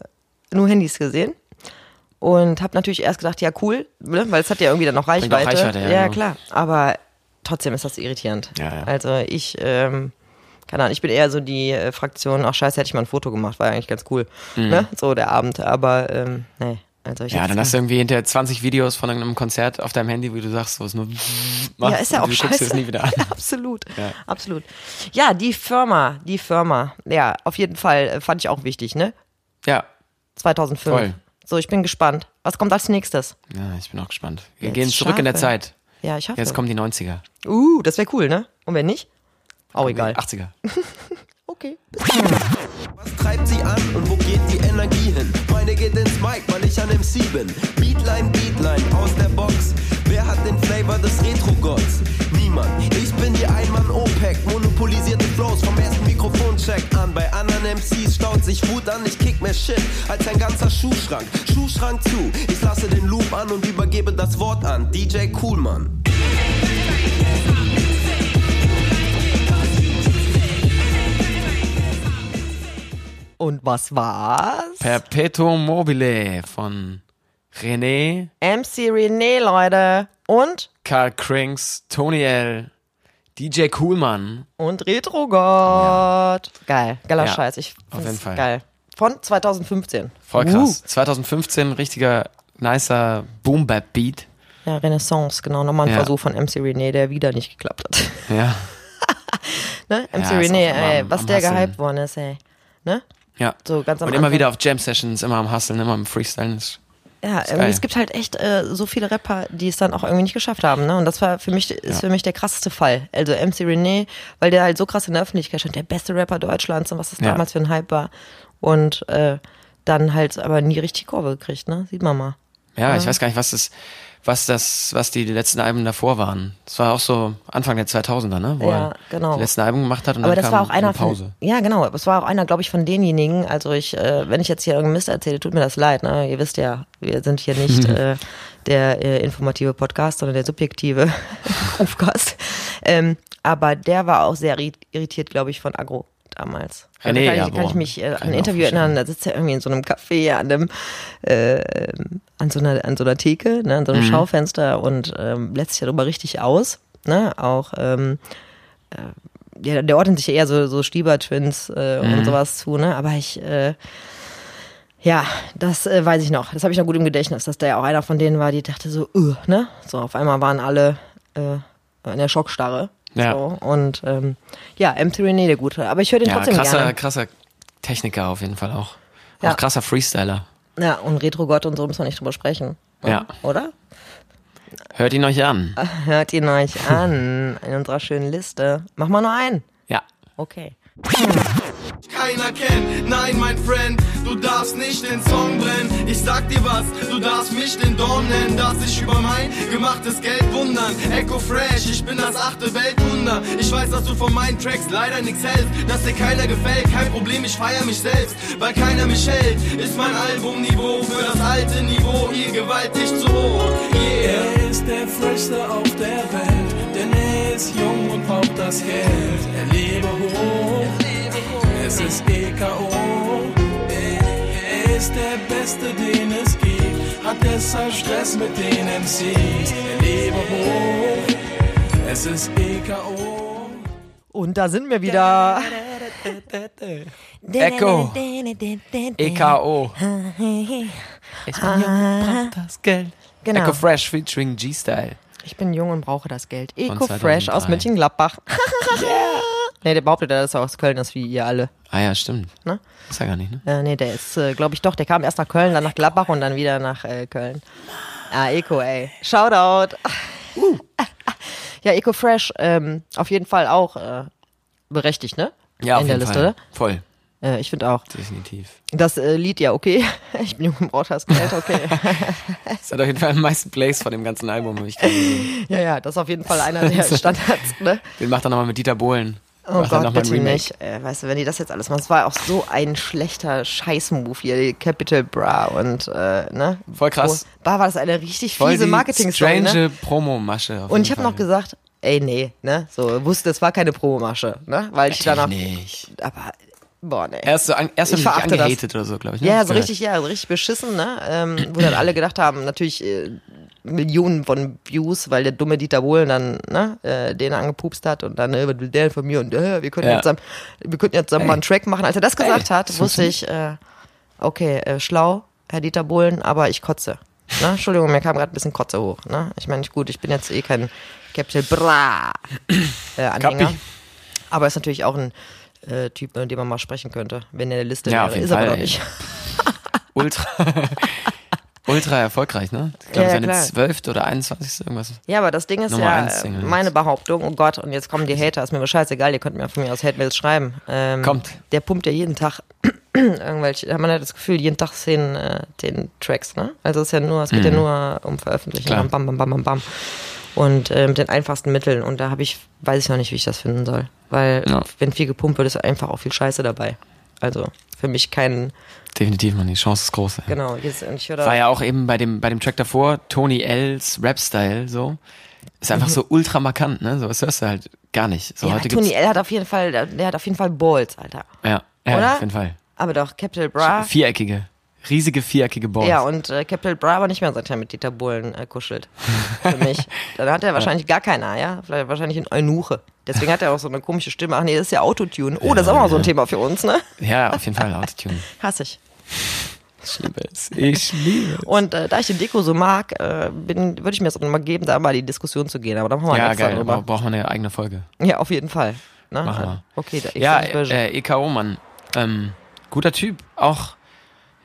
äh, nur Handys gesehen. Und habe natürlich erst gedacht, ja, cool, ne? weil es hat ja irgendwie dann noch Bringt auch Reichweite. Reichweite, ja, ja, genau. klar. Aber trotzdem ist das irritierend. Ja, ja. Also ich, ähm, keine Ahnung, ich bin eher so die äh, Fraktion, ach scheiße, hätte ich mal ein Foto gemacht, war ja eigentlich ganz cool. Ne? So der Abend, aber ähm, nee. Also ich Mhm. Ja, jetzt- dann hast du irgendwie hinterher 20 Videos von einem Konzert auf deinem Handy, wie du sagst, wo es nur macht ja, ist ja und auch du scheiße. guckst dir das nie wieder an. absolut, Ja. absolut. Ja, die Firma, die Firma. Ja, auf jeden Fall äh, fand ich auch wichtig, ne? Ja, 2005. Toll. So, ich bin gespannt. Was kommt als nächstes? ja ich bin auch gespannt. Wir Jetzt gehen zurück in der Schafe. Zeit. Ja, ich hoffe. Jetzt kommen die 90er. Uh, das wäre cool, ne? Und wenn nicht? Auch egal. 80er. Okay. Was treibt sie an und wo geht die Energie hin? Meine geht ins Mic, weil ich an MC bin. Beatline, Beatline, aus der Box. Wer hat den Flavor des Retro-Gods? Niemand. Ich bin die Einmann-OPEC. E Monopolisierte Flows vom ersten Mikrofoncheck an. Bei anderen MCs staut sich Wut an. Ich kick mehr Shit als ein ganzer Schuhschrank. Schuhschrank zu. Ich lasse den Loop an und übergebe das Wort an DJ Coolmann. Und was war's? Perpetuum mobile von René, MC René, Leute. Und? Karl Krings, Tony L., DJ Kuhlmann. Und Retrogott. Geil. Geiler Ja, Scheiß. Ich find's jeden Fall. Geil. Von 2015. Voll krass. 2015, richtiger, nicer Boom-Bap-Beat. Ja, Renaissance, genau. Nochmal ein Ja. Versuch von MC René, der wieder nicht geklappt hat. Ja, ne? MC Ja, René, ist auch immer ey, am- was am der Hasseln. gehypt worden ist, ey. Ne? ja. So ganz am Und immer Anfang. wieder auf Jam-Sessions, immer am Hustlen, immer am Freestylen. Ist- Ja, geil. irgendwie, es gibt halt echt äh, so viele Rapper, die es dann auch irgendwie nicht geschafft haben. Ne? Und das war für mich, ist für mich der krasseste Fall. Also MC René, weil der halt so krass in der Öffentlichkeit stand, der beste Rapper Deutschlands und was das Ja. damals für ein Hype war. Und äh, dann halt aber nie richtig Kurve gekriegt, ne? Sieht man mal. Ja, Mhm. ich weiß gar nicht, was das, was das, was die letzten Alben davor waren. Das war auch so Anfang der 2000er, ne? Wo Ja, er genau. die letzten Alben gemacht hat und Aber dann das kam war auch einer eine Pause. Von, ja, genau. Aber es war auch einer, glaube ich, von denjenigen. Also ich, äh, wenn ich jetzt hier irgendeinen Mist erzähle, tut mir das leid. Ne? Ihr wisst ja, wir sind hier nicht äh, der äh, informative Podcast, sondern der subjektive Aufgast. Ähm, aber der war auch sehr irri- irritiert, glaube ich, von Agro damals. Ja, Also nee, kann, ja, ich, kann ich boah. mich äh, Kann an ich ein auch Interview verstehen. erinnern, da sitzt er irgendwie in so einem Café an einem äh, ähm, an so einer an so einer Theke, ne, an so einem Mhm. Schaufenster und ähm, lässt sich darüber richtig aus, ne, auch ähm, ja, der ordnet sich eher so, so Stieber-Twins äh, Mhm. und sowas zu, ne? Aber ich, äh, ja, das äh, weiß ich noch. Das habe ich noch gut im Gedächtnis, dass der auch einer von denen war, die dachte so, uh, ne? So, auf einmal waren alle äh, in der Schockstarre. Ja. So, und ähm, ja, M. René, der Gute. Aber ich höre den Ja, trotzdem krasser, gerne. krasser Techniker auf jeden Fall auch. Ja. Auch krasser Freestyler. Ja, und Retro-Gott und so müssen wir nicht drüber sprechen. Ja. Oder? Hört ihn euch an. Hört ihn euch an in unserer schönen Liste. Mach mal nur einen. Ja. Okay. keiner kennt. Nein, mein Friend, du darfst nicht den Song brennen. Ich sag dir was, du darfst mich den Dorn nennen. Darfst dich über mein gemachtes Geld wundern. Echo Fresh, ich bin das achte Weltwunder. Ich weiß, dass du von meinen Tracks leider nichts hältst. Dass dir keiner gefällt, kein Problem, ich feier mich selbst. Weil keiner mich hält, ist mein Albumniveau für das alte Niveau hier gewaltig zu hoch. Yeah. Er ist der Frischste auf der Welt, denn er ist jung und braucht das Geld. Er lebe hoch, es ist EKO. Er ist der Beste, den es gibt, hat deshalb Stress mit den MCs. Er lebe hoch, es ist E EKO. Und da sind wir wieder. Echo. E EKO. Ich bin jung, brauch das Geld. Ah. Genau. Echo Fresh featuring G-Style. Ich bin jung und brauche das Geld. Von Eco-Fresh 2003. aus Mönchengladbach. Nee, der behauptet, ja, dass er aus Köln ist, wie ihr alle. Ah ja, stimmt. Ne? Ist ja gar nicht, ne? Äh, nee, der ist, äh, glaube ich, doch. Der kam erst nach Köln, dann nach Gladbach und dann wieder nach äh, Köln. Ah, Eco, ey. Shoutout. Uh. Ja, Eco-Fresh, ähm, auf jeden Fall auch äh, berechtigt, ne? Ja, auf In der jeden Liste, Fall. Voll, oder? Äh, ich finde auch. definitiv. Das äh, Lied, ja, okay. Ich bin jung und brauche das Geld, okay. Das hat auf jeden Fall am meisten Plays von dem ganzen Album, hab ich gesehen. ja, ja, das ist auf jeden Fall einer der Standards, ne? Den macht er nochmal mit Dieter Bohlen. Oh macht er Gott, noch mal ein bitte Remake. nicht. Äh, weißt du, wenn die das jetzt alles machen, es war auch so ein schlechter Scheiß-Move hier, die Capital Bra und, äh, ne? Voll krass. Oh, Da war das eine richtig Voll fiese die marketing Strange ne? Promo-Masche. auf Und ich jeden habe Fall. noch gesagt, ey, nee, ne? So, wusste, es war keine Promomasche, ne? Weil ich danach, Natürlich nicht. aber, boah, ne. Erst so an, erst Ich ich verachte das. angehatet oder so, glaube ich. Ne? Ja, Hast so du gehört? richtig, ja, so richtig beschissen, ne? Ähm, wo dann alle gedacht haben, natürlich äh, Millionen von Views, weil der dumme Dieter Bohlen dann, ne, äh, den angepupst hat und dann, äh, was will der von mir und äh, wir könnten Ja. jetzt zusammen, wir könnten jetzt zusammen mal einen Track machen. Als er das gesagt Ey, hat, das wusste ich, äh, okay, äh, schlau, Herr Dieter Bohlen, aber ich kotze. Ne? Entschuldigung, mir kam gerade ein bisschen Kotze hoch. Ne? Ich meine, gut, ich bin jetzt eh kein Capital Bra äh, Anhänger. Kapi. Aber ist natürlich auch ein äh, Typ, mit dem man mal sprechen könnte, wenn er in der Liste Ja, auf wäre. jeden ist aber Fall, doch nicht. Ultra, ultra erfolgreich, ne? Ich glaube, Ja, seine klar. 12. oder 21. irgendwas. Ja, aber das Ding ist Nummer ja eins Single äh, jetzt. meine Behauptung. Oh Gott, und jetzt kommen die Hater. Ist mir scheißegal, ihr könnt mir von mir aus Hate-Mails schreiben. Ähm, Kommt. Der pumpt ja jeden Tag irgendwelche, man hat das Gefühl, jeden Tag sehen äh, den Tracks, ne? Also es ist ja nur, es geht ja nur um Veröffentlichen. Mhm. Klar. Bam, bam, bam, bam, bam. Und äh, mit den einfachsten Mitteln. Und da habe ich, weiß ich noch nicht, wie ich das finden soll. Weil Ja. wenn viel gepumpt wird, ist einfach auch viel Scheiße dabei. Also für mich kein, Definitiv, man, die Chance ist groß. Ey. genau, jetzt, und ich höre War da, ja auch eben bei dem, bei dem Track davor, Tony L's Rap-Style, so. Ist einfach so ultra markant, ne? So, das hörst du halt gar nicht. So, Mhm. ja, heute Tony gibt's, L hat auf jeden Fall, der, der hat auf jeden Fall Balls, Alter. ja, ja oder? auf jeden Fall. Aber doch, Capital Bra. Viereckige, riesige viereckige Balls. Ja, und äh, Capital Bra aber nicht mehr, seit er mit Dieter Bohlen äh, kuschelt. Für mich. Dann hat er wahrscheinlich gar keine Eier, vielleicht wahrscheinlich einen Eunuche. Deswegen hat er auch so eine komische Stimme. Ach nee, das ist ja Autotune. Oh, das ist auch mal so ein Thema für uns, ne? ja, auf jeden Fall Autotune. Hass ich. Ich liebe es. Ich liebe es. Und äh, da ich die Deko so mag, äh, bin- würde ich mir jetzt mal geben, da mal die Diskussion zu gehen. Aber da machen wir Ja, einen extra geil. Da drüber. braucht man eine eigene Folge. Ja, auf jeden Fall. Ne? Machen wir. Okay, da, ich ja, bin böse. äh, EKO, Mann. Ähm, guter Typ. Auch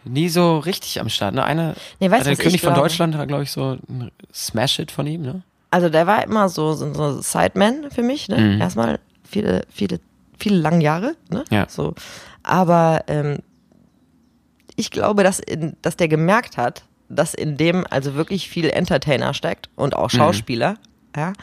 nie so richtig am Start. Ne? Eine, Nee, weißt du, also was der ich König von glaube? Deutschland war, glaube ich, so ein Smash-It von ihm. Ne? also der war immer so, so, so Sideman für mich, ne? Mhm. Erstmal viele, viele, viele lange Jahre, ne? Ja. So. Aber ähm, ich glaube, dass, in, dass der gemerkt hat, dass in dem also wirklich viel Entertainer steckt und Mhm. auch Schauspieler. Ja,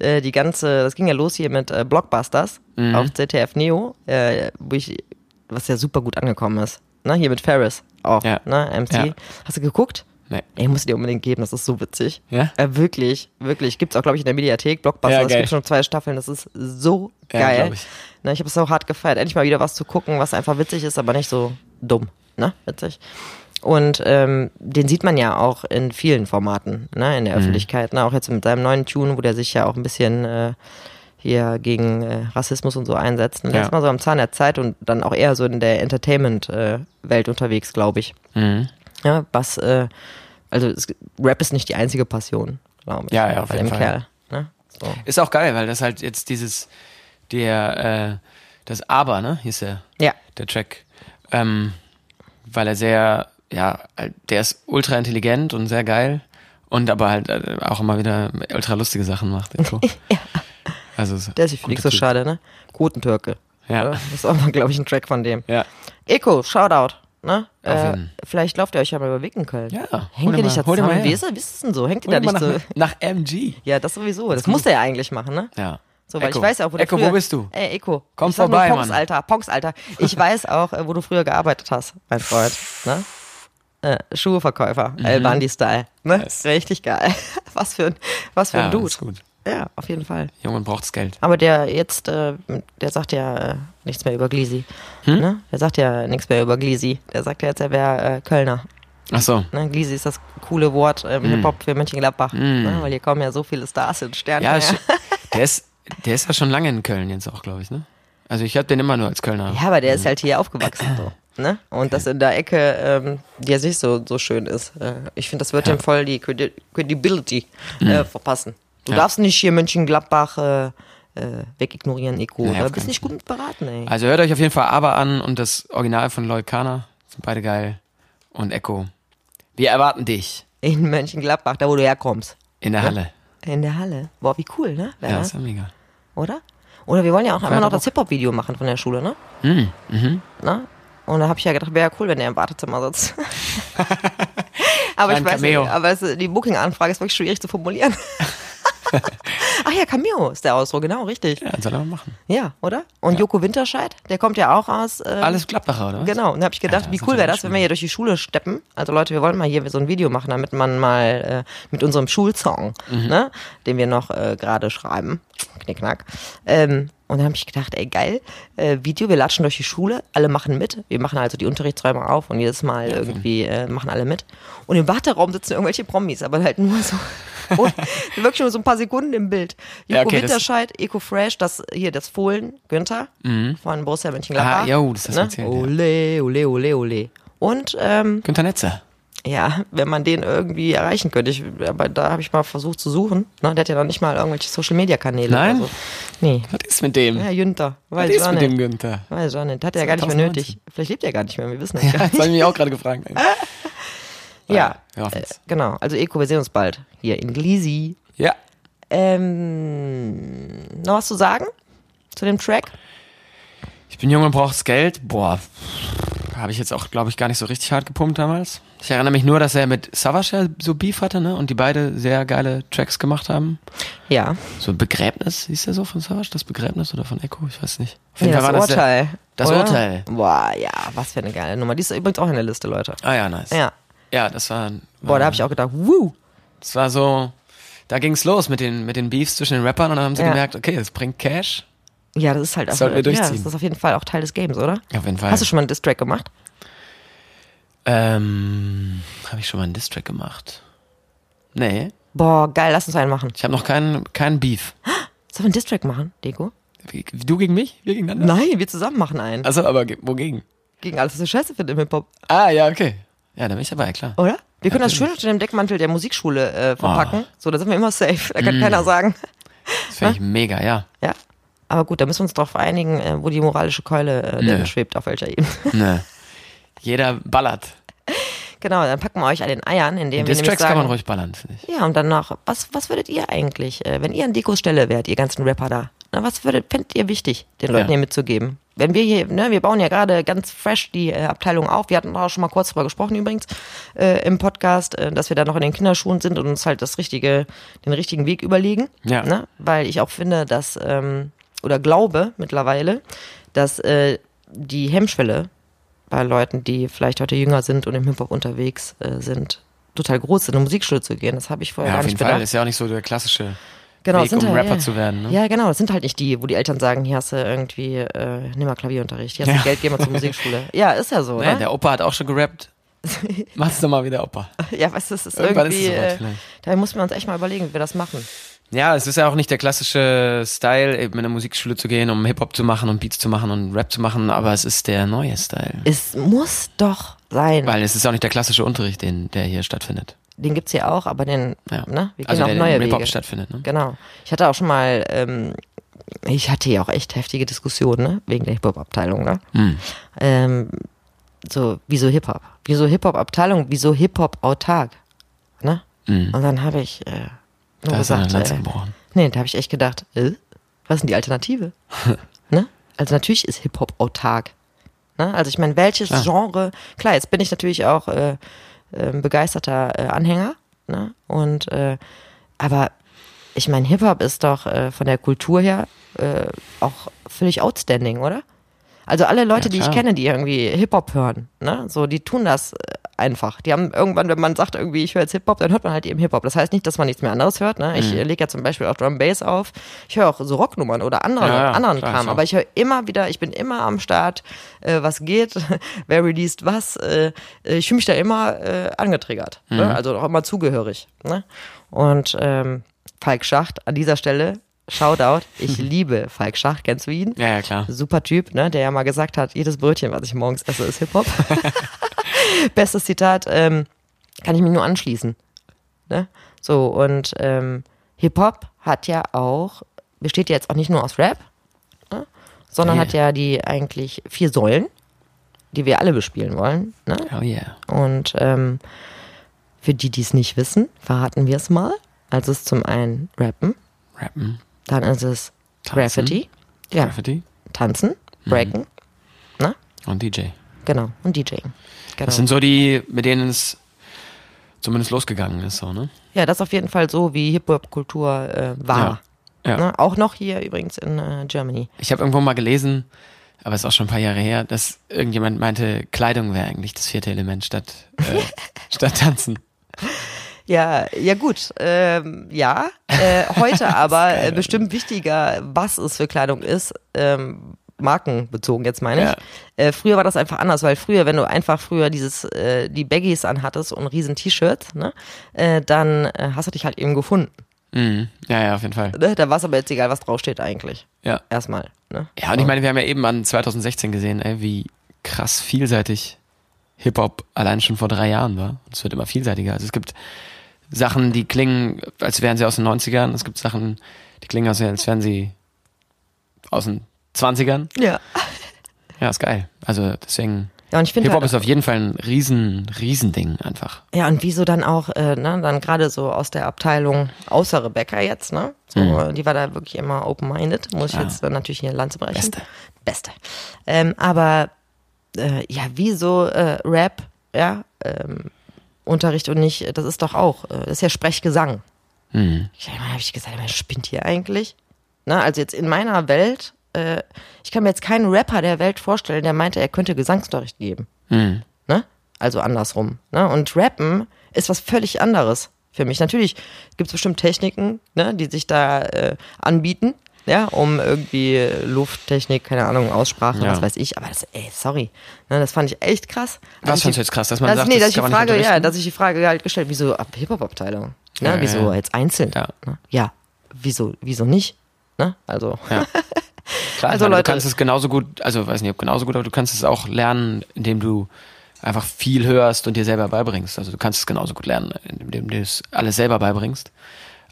äh, die ganze, das ging ja los hier mit äh, Blockbusters Mhm. auf ZDF Neo, äh, wo ich, was ja super gut angekommen ist. Ne, hier mit Ferris auch, Ja. ne, MC. Ja. Hast du geguckt? Nee. Ey, muss dir unbedingt geben, das ist so witzig. Ja? Äh, wirklich, wirklich. Gibt's auch, glaube ich, in der Mediathek. Blockbuster, Ja, es geil. gibt schon zwei Staffeln, das ist so Ja, geil. glaub ich. Ne, ich habe es so hart gefeiert, endlich mal wieder was zu gucken, was einfach witzig ist, aber nicht so dumm. Ne? Witzig. Und ähm, den sieht man ja auch in vielen Formaten, ne, in der Mhm. Öffentlichkeit. Ne? Auch jetzt mit seinem neuen Tune, wo der sich ja auch ein bisschen äh, hier gegen äh, Rassismus und so einsetzt. Und Ja. der ist mal so am Zahn der Zeit und dann auch eher so in der Entertainment-Welt unterwegs, glaube ich. Ja, was, äh, also es, Rap ist nicht die einzige Passion, glaube ich. Ja, ja, auf bei jeden dem Fall. Kerl. Ne? So. Ist auch geil, weil das halt jetzt dieses, der, äh, das Aber, ne, hieß der, Ja, der Track. Ähm, weil er sehr, ja, der ist ultra intelligent und sehr geil und aber halt äh, auch immer wieder ultra lustige Sachen macht. Info. ja. Also, ist der ist ich guter nicht so Typ. schade, ne? Gotentürke. Ja. Oder? Das ist auch mal, glaube ich, ein Track von dem. Ja. Eko, Shoutout. Ne? Äh, jeden. vielleicht lauft ihr euch ja mal über Weg in Köln. Ja, hol Hängt dir ihr nicht mal- da hol dir mal zusammen? her. Wie ist, das- wie ist das denn so? Hängt ihr da Und immer nicht nach, so? nach MG. Ja, das sowieso. Das muss der ja eigentlich machen, ne? Ja. So, weil Echo. ich weiß ja auch, wo du Echo, früher, wo bist du? Ey, Eko. Komm ich sag vorbei, nur Pongs, Mann. Alter. Pongs, Alter. Ich weiß auch, äh, wo du früher gearbeitet hast, mein Freund. Ne? Äh, Schuheverkäufer, Mhm. El Bundy-Style. Ne? Richtig geil. Was für ein, was für Ja, ein Dude. ist gut. Ja, auf jeden Fall. Junge braucht's Geld. Aber der jetzt, äh, der sagt ja äh, nichts mehr über Glisi. Hm? Ne? Der sagt ja nichts mehr über Glisi. Der sagt ja jetzt, er wäre äh, Kölner. Ach so. Ne? Glisi ist das coole Wort im Hm. Hip-Hop für Mönchengladbach. Ne? Weil hier kommen ja so viele Stars in Sterne. Ja, her. ist, der ist, der ist ja schon lange in Köln jetzt auch, glaube ich, ne? Also ich hab den immer nur als Kölner. Ja, aber der ist halt hier aufgewachsen so. Ne? Und das in der Ecke, ähm, die ja sich so, so schön ist. Äh, ich finde, das wird dem voll die Credi- Credibility äh, verpassen. Du darfst nicht hier Mönchengladbach äh, äh, wegignorieren, Eko. Nee, da auf bist keinen nicht gut mit beraten, ey. Also hört euch auf jeden Fall Aber an und das Original von Lloyd Kana. Sind beide geil. Und Echo. Wir erwarten dich In Mönchengladbach, da wo du herkommst. in der Halle. In der Halle. Boah, wie cool, ne? Ja, Werner? ist ja mega. Oder? Oder wir wollen ja auch immer noch Bock. das Hip-Hop-Video machen von der Schule, ne? Mhm. Ne? Und da habe ich ja gedacht, wäre ja cool, wenn der im Wartezimmer sitzt. aber ich Kleinen weiß nicht, Cameo. aber es, die Booking-Anfrage ist wirklich schwierig zu formulieren. Ach ja, Cameo ist der Ausdruck, genau, richtig. Ja, Ja, soll er mal machen. oder? Und Joko Winterscheid, der kommt ja auch aus. ähm, Alles Gladbacher, oder? was? Genau, und da habe ich gedacht, Ja, wie das cool wäre ist das, wenn wir hier durch die Schule steppen. Also Leute, wir wollen mal hier so ein Video machen, damit man mal äh, mit unserem Schulsong, Mhm. ne, den wir noch äh, gerade schreiben, knickknack. Ähm, und dann habe ich gedacht, ey geil, äh, Video, wir latschen durch die Schule, alle machen mit. Wir machen also die Unterrichtsräume auf und jedes Mal irgendwie äh, machen alle mit. Und im Warteraum sitzen irgendwelche Promis, aber halt nur so, und wirklich nur so ein paar Sekunden im Bild. Joko Ja, okay, das- Winterscheid, Eco Fresh, das hier das Fohlen, Günther Mhm. von Borussia Mönchengladbach. Ah, ja, oh, das hast du Ne? erzählt, Ole, ja. ole, ole, ole. Und ähm, Günther Netzer. Ja, wenn man den irgendwie erreichen könnte. Ich, aber da habe ich mal versucht zu suchen. Ne? Der hat ja noch nicht mal irgendwelche Social-Media-Kanäle. Nein. Oder so. Nee. Was ist mit dem? Ja, Günther. Was Weiß ich ist auch mit dem nicht. Günther? Weiß ich auch nicht. Hat er ja gar nicht mehr 2019. nötig. Vielleicht lebt er gar nicht mehr. Wir wissen es gar Das nicht. habe ich mich auch gerade gefragt. Ja, wir äh, hoffen's. genau. Also Eko, wir sehen uns bald hier in Glisi. Ja. Ähm, noch was zu sagen zu dem Track? Ich bin jung und brauch's Geld. Boah, habe ich jetzt auch, glaube ich, gar nicht so richtig hart gepumpt damals. Ich erinnere mich nur, dass er mit Savage so Beef hatte, ne? Und die beide sehr geile Tracks gemacht haben. Ja, So ein Begräbnis, hieß der so von Savage? Das Begräbnis oder von Echo? Ich weiß nicht. Auf nee, das war der- Urteil. das oder? Urteil. Boah, ja, was für eine geile Nummer. Die ist übrigens auch in der Liste, Leute. Ah ja, nice. Ja, Ja, das war. boah, da habe ich auch gedacht, wuh. Das war so. Da ging's los mit den, mit den Beefs zwischen den Rappern und dann haben sie Ja. gemerkt, okay, das bringt Cash. Ja, das ist halt auch, Sollten wir ja, das durchziehen. ist auf jeden Fall auch Teil des Games, oder? Auf jeden Fall. Hast du schon mal einen Diss-Track gemacht? Ähm, habe ich schon mal einen Distrack gemacht? Nee, Boah, geil, lass uns einen machen. ich habe noch keinen keinen Beef. Sollen wir einen Diss-Track machen, Deko? Wie- Du gegen mich? Wir gegeneinander? Nein, wir zusammen machen einen. Achso, aber ge- wogegen? Gegen alles, was wir scheiße finden im Hip-Hop, Ah, ja, okay. Ja, da bin ich dabei, klar. oder? Wir können das natürlich. Ah. schön unter dem Deckmantel der Musikschule äh, verpacken. So, da sind wir immer safe. Da kann Mm. keiner sagen. Das finde ich mega, ja. Ja. Aber gut, da müssen wir uns drauf einigen, äh, wo die moralische Keule äh, denn Nö. schwebt, auf welcher Ebene. Ne. Jeder ballert. genau, dann packen wir euch an den Eiern, indem wir nämlich Distracks sagen, kann man ruhig ballern, finde ich. Ja, und danach, was, was würdet ihr eigentlich, äh, wenn ihr an Dekos Stelle wärt, ihr ganzen Rapper da, na, was würdet, fändet ihr wichtig, den Leuten Ja. hier mitzugeben? Wenn wir hier, ne, wir bauen ja gerade ganz fresh die äh, Abteilung auf. Wir hatten auch schon mal kurz drüber gesprochen übrigens äh, im Podcast, äh, dass wir da noch in den Kinderschuhen sind und uns halt das richtige, den richtigen Weg überlegen. Ja. Ne? Weil ich auch finde, dass, ähm, oder glaube mittlerweile, dass äh, die Hemmschwelle bei Leuten, die vielleicht heute jünger sind und im Hip-Hop unterwegs äh, sind, total groß in eine Musikschule zu gehen. Das habe ich vorher Ja, gar auf nicht jeden Fall. bedacht. Ist ja auch nicht so der klassische genau, Weg, um Rapper ja, zu werden. Ne? Ja, genau. Das sind halt nicht die, wo die Eltern sagen, hier hast du irgendwie, äh, nimm mal Klavierunterricht, hier hast du Ja. Geld, geh mal zur Musikschule. Ja, ist ja so, Nee, ne? der Opa hat auch schon gerappt. Mach's doch mal wieder, Opa. Ja, weißt du, das ist Irgendwann ist irgendwie, es soweit äh, vielleicht. da müssen wir uns echt mal überlegen, wie wir das machen. Ja, es ist ja auch nicht der klassische Style, eben in eine Musikschule zu gehen, um Hip-Hop zu machen und Beats zu machen und Rap zu machen, aber es ist der neue Style. Es muss doch sein. Weil es ist auch nicht der klassische Unterricht, den, der hier stattfindet. den gibt's hier auch, aber den, Ja. ne? Wir gehen also auch der neue im Hip-Hop Wege. stattfindet. Ne? Genau. Ich hatte auch schon mal, ähm, ich hatte ja auch echt heftige Diskussionen, ne? Wegen der Hip-Hop-Abteilung, ne? Hm, Ähm, so, wieso Hip-Hop? Wieso Hip-Hop-Abteilung? Wieso Hip-Hop autark? Ne? Und dann habe ich äh, nur hm. Da ist eine gesagt, Lanze äh, gebrochen. nee, da habe ich echt gedacht, äh, was ist denn die Alternative? ne? Also natürlich ist Hip-Hop autark. Ne? Also ich meine, welches Genre, klar, jetzt bin ich natürlich auch äh, äh, begeisterter äh, Anhänger, ne? Und äh, aber ich meine, Hip-Hop ist doch äh, von der Kultur her äh, auch völlig outstanding, oder? Also alle Leute, die ich klar. kenne, die irgendwie Hip-Hop hören, ne? So, die tun das äh, einfach. Die haben irgendwann, wenn man sagt, irgendwie, ich höre jetzt Hip-Hop, dann hört man halt eben Hip-Hop. Das heißt nicht, dass man nichts mehr anderes hört. Ne? Ich lege ja zum Beispiel auch Drum Bass auf. Ich höre auch so Rocknummern oder andere, Ja, ja, anderen klar, Kram. ist auch- Aber ich höre immer wieder, ich bin immer am Start, äh, was geht, wer released was. Äh, ich fühle mich da immer äh, angetriggert. Mhm. Ne? Also auch immer zugehörig. Ne? Und ähm, Falk Schacht an dieser Stelle, Shoutout. Ich liebe Falk Schacht, kennst du ihn? Ja, ja, klar. Super Typ, ne? der ja mal gesagt hat, jedes Brötchen, was ich morgens esse, ist Hip-Hop. Bestes Zitat, ähm, kann ich mich nur anschließen. Ne? So, und ähm, Hip-Hop hat ja auch, besteht ja jetzt auch nicht nur aus Rap, ne? sondern Nee. hat ja die eigentlich vier Säulen, die wir alle bespielen wollen. Ne? Oh yeah. Und ähm, für die, die es nicht wissen, verraten wir es mal. Also es ist zum einen Rappen, Rappen. dann ist es Tanzen. Graffiti, ja, Graffiti Mhm. Tanzen, Breaken, und DJ. genau, und DJing. Genau. Das sind so die, mit denen es zumindest losgegangen ist, so, ne? Ja, das ist auf jeden Fall so, wie Hip-Hop-Kultur äh, war. Ja. Ja. Ne? Auch noch hier übrigens in äh, Germany. Ich habe irgendwo mal gelesen, aber ist auch schon ein paar Jahre her, dass irgendjemand meinte, Kleidung wäre eigentlich das vierte Element statt, äh, statt Tanzen. Ja, ja gut, ähm, ja. Äh, heute aber äh, bestimmt wichtiger, was es für Kleidung ist, ähm, markenbezogen jetzt meine ich. Ja. Äh, früher war das einfach anders, weil früher, wenn du einfach früher dieses äh, die Baggies anhattest und ein riesen T-Shirt, ne, äh, dann äh, hast du dich halt eben gefunden. Mhm. Ja, ja, auf jeden Fall. Ne? Da war es aber jetzt egal, was draufsteht eigentlich. Ja. Erstmal. Ne? Ja, und ich meine, wir haben ja eben an 2016 gesehen, ey, wie krass vielseitig Hip-Hop allein schon vor drei Jahren war. Und Es wird immer vielseitiger. Also es gibt Sachen, die klingen, als wären sie aus den 90ern. Es gibt Sachen, die klingen, als wären sie aus den 20ern. Ja. Ja, ist geil. Also deswegen, Ja, und ich finde Hip-Hop halt, ist auf jeden Fall ein riesen, riesen Ding einfach. Ja, und wieso dann auch, äh, ne, dann gerade so aus der Abteilung, außer Rebecca jetzt, ne? So, äh, Die war da wirklich immer open-minded, muss ich jetzt äh, natürlich hier Lanze brechen. Beste. Beste. Ähm, aber äh, ja, wieso äh, Rap, ja, ähm, Unterricht und nicht, äh, das ist doch auch, äh, das ist ja Sprechgesang. Hm. Ich habe hab ich gesagt, man spinnt hier eigentlich. Na, also jetzt in meiner Welt, äh, ich kann mir jetzt keinen Rapper der Welt vorstellen, der meinte, er könnte Gesangsunterricht geben. Hm. Ne? Also andersrum. Ne? Und Rappen ist was völlig anderes für mich. Natürlich gibt es bestimmt Techniken, ne, die sich da äh, anbieten, ja, um irgendwie äh, Lufttechnik, keine Ahnung, Aussprache, Ja. was weiß ich. Aber das, ey, sorry. Ne, das fand ich echt krass. Was Also ich fandst du die- jetzt krass, dass man sagt, nee, das dass ich die kann man nicht Frage, ja, unterrichten? dass ich die Frage halt gestellt, wieso ab Hip-Hop-Abteilung? Ne, Ja, ja, wieso ja. jetzt einzeln? Ja. Ne? ja, wieso, wieso nicht? Ne? Also. Klar, Also, also Leute, Leute- du kannst es genauso gut, also weiß nicht, ob genauso gut, aber du kannst es auch lernen, indem du einfach viel hörst und dir selber beibringst. Also du kannst es genauso gut lernen, indem du es alles selber beibringst.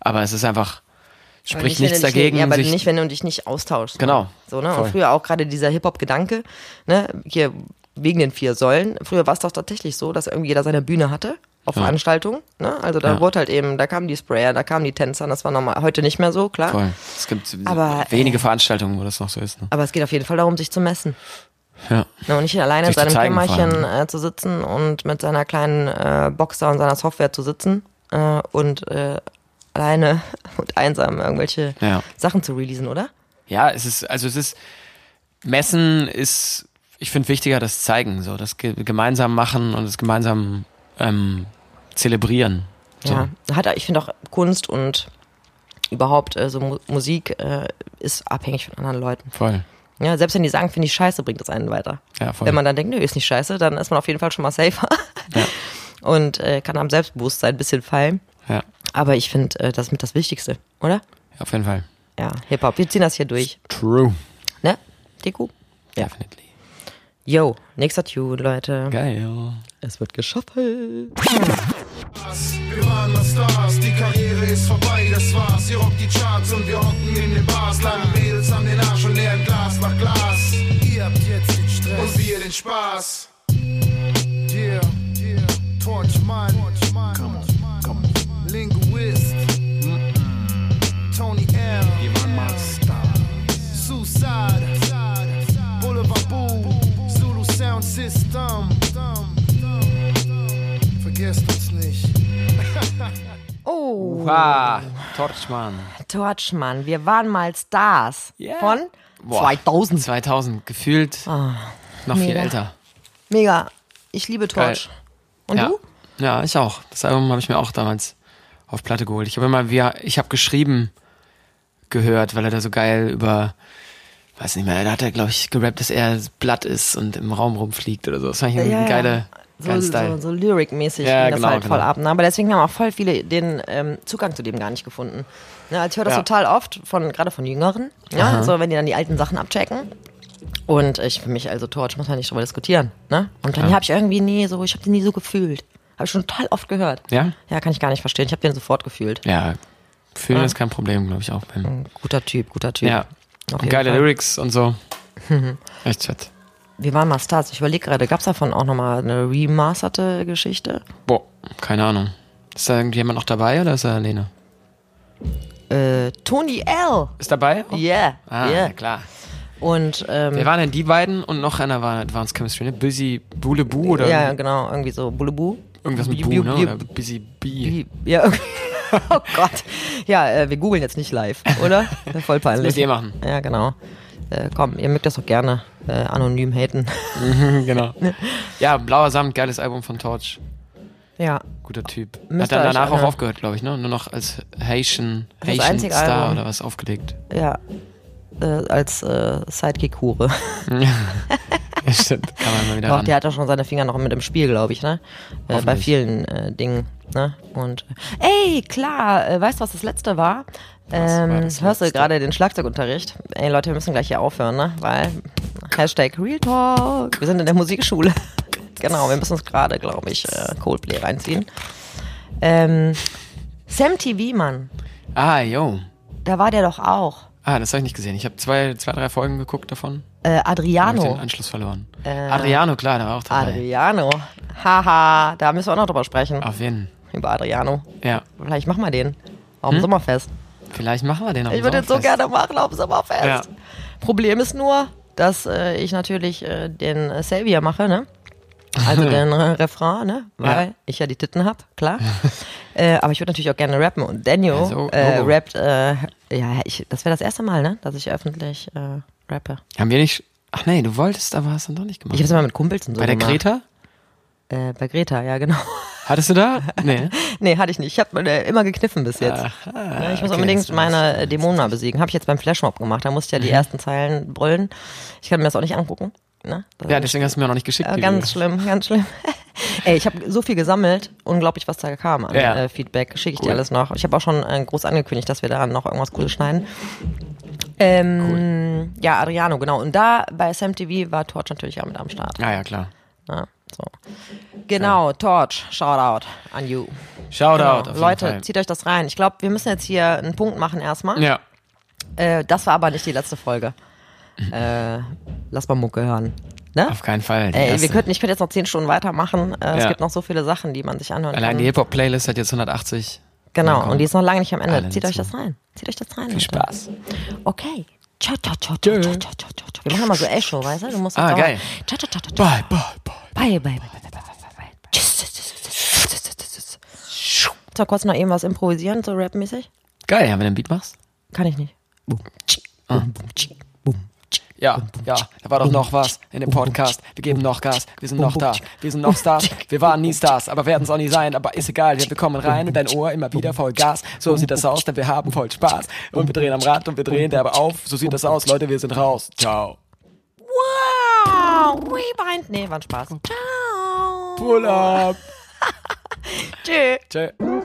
Aber es ist Aber einfach, nicht, spricht wenn nichts du dich dagegen. Nicht, ja, aber sich, nicht, wenn du dich nicht austauschst. Genau. So, ne? Voll. Und früher auch gerade dieser Hip-Hop-Gedanke, ne, hier wegen den vier Säulen. Früher war es doch tatsächlich so, dass irgendwie jeder seine Bühne hatte auf Veranstaltungen. Ne? Also da Ja. wurde halt eben, da kamen die Sprayer, da kamen die Tänzer, das war normal. Heute nicht mehr so, klar. voll. Es gibt Aber, äh, wenige Veranstaltungen, wo das noch so ist. Ne? Aber es geht auf jeden Fall darum, sich zu messen. Ja. Ne, und nicht alleine in Sich zu seinem zeigen vor Kämmerchen äh, zu sitzen und mit seiner kleinen äh, Box da und seiner Software zu sitzen äh, und äh, alleine und einsam irgendwelche Ja. Sachen zu releasen, oder? Ja, es ist, also es ist, messen ist, ich finde wichtiger das Zeigen, so, das ge gemeinsam machen und das gemeinsam ähm, zelebrieren. So. Ja, hat, ich finde auch Kunst und überhaupt äh, so Mu Musik äh, ist abhängig von anderen Leuten. Voll. Ja, selbst wenn die sagen, finde ich scheiße, bringt das einen weiter. Ja, voll. Wenn man dann denkt, nö, ist nicht scheiße, dann ist man auf jeden Fall schon mal safer und äh, kann am Selbstbewusstsein ein bisschen fallen. ja, Aber ich finde, äh, das ist mit das Wichtigste, oder? auf jeden Fall. Ja, Hip-Hop, wir ziehen das hier durch, True. ne? DQ. Ja. Definitely. Yo, nächster Tune, Leute. Geil. Es wird geschaffelt. Wir waren mal Stars, die Karriere ist vorbei, das war's. Ihr rockt die Charts und wir hocken in den Bars. Lange Mädels an den Arsch und leeren Glas nach Glas. Ihr habt jetzt den Stress und wir den Spaß. Yeah, yeah, Torch Man, Linguist, Tony L. Wir waren mal Stars. Suicide, Boulevard Boo, Zulu Sound System. Vergesst uns nicht. Oh, Wow. Torchmann. Torchmann, wir waren mal Stars. Yeah. Von? Boah. 2000. 2000, gefühlt noch Ah, viel mega. älter. Mega. Ich liebe Torch. Geil. Und ja. du? Ja, ich auch. Das Album habe ich mir auch damals auf Platte geholt. Ich habe immer, wir, ich habe geschrieben gehört, weil er da so geil über, weiß nicht mehr, da hat er, glaube ich, gerappt, dass er blatt ist und im Raum rumfliegt oder so. Das fand ich ein Ja, ja. geiler, So, geiler Style. so, so lyric-mäßig Ja, ging das genau, halt voll genau. ab. ne? Aber deswegen haben auch voll viele den ähm, Zugang zu dem gar nicht gefunden. Ne, also ich höre das Ja. total oft, von gerade von Jüngeren, ja, so wenn die dann die alten Sachen abchecken. Und ich für mich, also Torch muss man nicht drüber diskutieren. Ne? Und dann habe ich irgendwie nie so, ich habe den nie so gefühlt. Habe ich schon total oft gehört. Ja? Ja, kann ich gar nicht verstehen. Ich habe den sofort gefühlt. Ja, fühlen ist kein Problem, glaube ich, auch beim. Guter Typ, guter Typ. Ja. Auf Und jeden geile Fall. Lyrics und so. Echt fett. Wir waren mal Stars. Ich überlege gerade, gab es davon auch nochmal eine remasterte Geschichte? Boah, keine Ahnung. Ist da irgendjemand noch dabei oder ist er alleine? Äh, Tony L. Ist dabei? Yeah, Ah, yeah. na klar. Und ähm, Wer waren denn die beiden und noch einer war Advanced Chemistry, ne? Busy Bule Boo oder ja, genau, irgendwie so Bulubu. irgendwas mit Bi- Boo, Bi- ne? Bi- Oder Busy Bee. Bi- Ja, irgendwie- oh Gott. Ja, äh, wir googeln jetzt nicht live, oder? Wär Voll peinlich. müsst ihr machen. Ja, genau. Äh, komm, ihr mögt das doch gerne äh, anonym haten. genau. Ja, Blauer Samt, geiles Album von Torch. ja, Guter Typ. Müsst Hat dann ihr euch danach auch anhören. aufgehört, glaube ich, ne? Nur noch als Haitian, Das ist das Haitian einzige Star Album. oder was aufgelegt. ja. Äh, als äh, Sidekick-Hure. Ja, stimmt. Kann man mal wieder Doch, der ran. hat doch schon seine Finger noch mit im Spiel, glaube ich, ne? Äh, bei Hoffentlich. vielen äh, Dingen, ne? Und äh, ey, klar, äh, weißt du, was das letzte war? Ähm, war das hörst du Letzte? gerade den Schlagzeugunterricht? Ey, Leute, wir müssen gleich hier aufhören, ne? Weil Hashtag Real Talk. Wir sind in der Musikschule. Genau, wir müssen uns gerade, glaube ich, äh, Coldplay reinziehen. Ähm, Sam TV, Mann. Ah, yo. Da war der doch auch. Ah, das habe ich nicht gesehen. Ich habe zwei, zwei, drei Folgen geguckt davon. Äh, Hab ich den Adriano. Anschluss verloren. Adriano, klar, der war auch dabei. Äh, Adriano. Haha, da müssen wir auch noch drüber sprechen. Auf jeden. Über Adriano. Ja, Vielleicht machen wir den. Auf dem Sommerfest. vielleicht machen wir den noch. Hm? Ich würde den so gerne machen auf dem Sommerfest. Ja. Problem ist nur, dass äh, ich natürlich äh, den äh, Savior mache, ne? Also den äh, Refrain, ne? Weil Ja. ich ja die Titten hab, klar. äh, aber ich würde natürlich auch gerne rappen. Und Daniel Ja, so- äh, Logo. rappt, äh, ja, ich, das wäre das erste Mal, ne? Dass ich öffentlich äh, rappe. Haben wir nicht. Ach nee, du wolltest, aber hast dann doch nicht Ich gemacht. habe es immer mit Kumpels und so Bei der gemacht. Kreta? Äh, bei Greta, ja, genau. Hattest du da? Nee. Nee, hatte ich nicht. Ich habe äh, immer gekniffen bis jetzt. Ja, ich muss unbedingt meine äh, Dämonen mal besiegen. Habe ich jetzt beim Flashmob gemacht. Da musste ich ja Mhm. die ersten Zeilen brüllen. Ich kann mir das auch nicht angucken. Ne? Das Ja, ist, deswegen hast du mir auch noch nicht geschickt. äh, die ganz Videos. schlimm, ganz schlimm. Ey, ich habe so viel gesammelt. Unglaublich, was da kam an Ja. äh, Feedback. Schicke ich dir Cool. alles noch. Ich habe auch schon äh, groß angekündigt, dass wir da noch irgendwas Cooles schneiden. Ähm, Ja, Adriano, genau. Und da bei SMTV war Torch natürlich auch mit am Start. Ah ja, klar. Ja, so. Genau, Torch, shout out an you. Shoutout. Genau. halt auf jeden Leute, Fall. zieht euch das rein. Ich glaube, wir müssen jetzt hier einen Punkt machen erstmal. Ja. Äh, das war aber nicht die letzte Folge. Äh, lass mal Mucke hören. Ne? Auf keinen Fall. Die Ey, erste. wir könnten, ich könnte jetzt noch zehn Stunden weitermachen. Äh, Es Ja. gibt noch so viele Sachen, die man sich anhören Allein die kann. Hip-Hop-Playlist hat jetzt 180. Genau, Na, komm. und die ist noch lange nicht am Ende. Alle Zieht euch dazu. das rein. Zieht euch das rein. Viel Leute. Spaß. Okay. Ciao, ciao, ciao, ciao, ciao, ciao, ciao, ciao. Wir machen mal so Echo, weißt du? Du musst Ah, jetzt auch- geil. Ciao, ciao, ciao, ciao, ciao. Bye, bye, bye. Bye, bye, bye, bye, bye, bye, bye, bye. Tschüss, tschüss, tschüss, tschüss, tschüss, tschüss, tschüss, tschüss. So, kurz noch eben was improvisieren, so rapmäßig. Geil, ja, wenn du einen Beat machst. Kann ich nicht. Ja, ja, da war doch noch was in dem Podcast. Wir geben noch Gas, wir sind noch da, wir sind noch Stars. Wir waren nie Stars, aber werden es auch nie sein. Aber ist egal, wir kommen rein in dein Ohr immer wieder voll Gas. So sieht das aus, denn wir haben voll Spaß. Und wir drehen am Rad und wir drehen derbe auf. So sieht das aus, Leute, wir sind raus. Ciao. Wow, we bind. Nee, war ein Spaß. Ciao. Pull up. Tschüss. Tschö.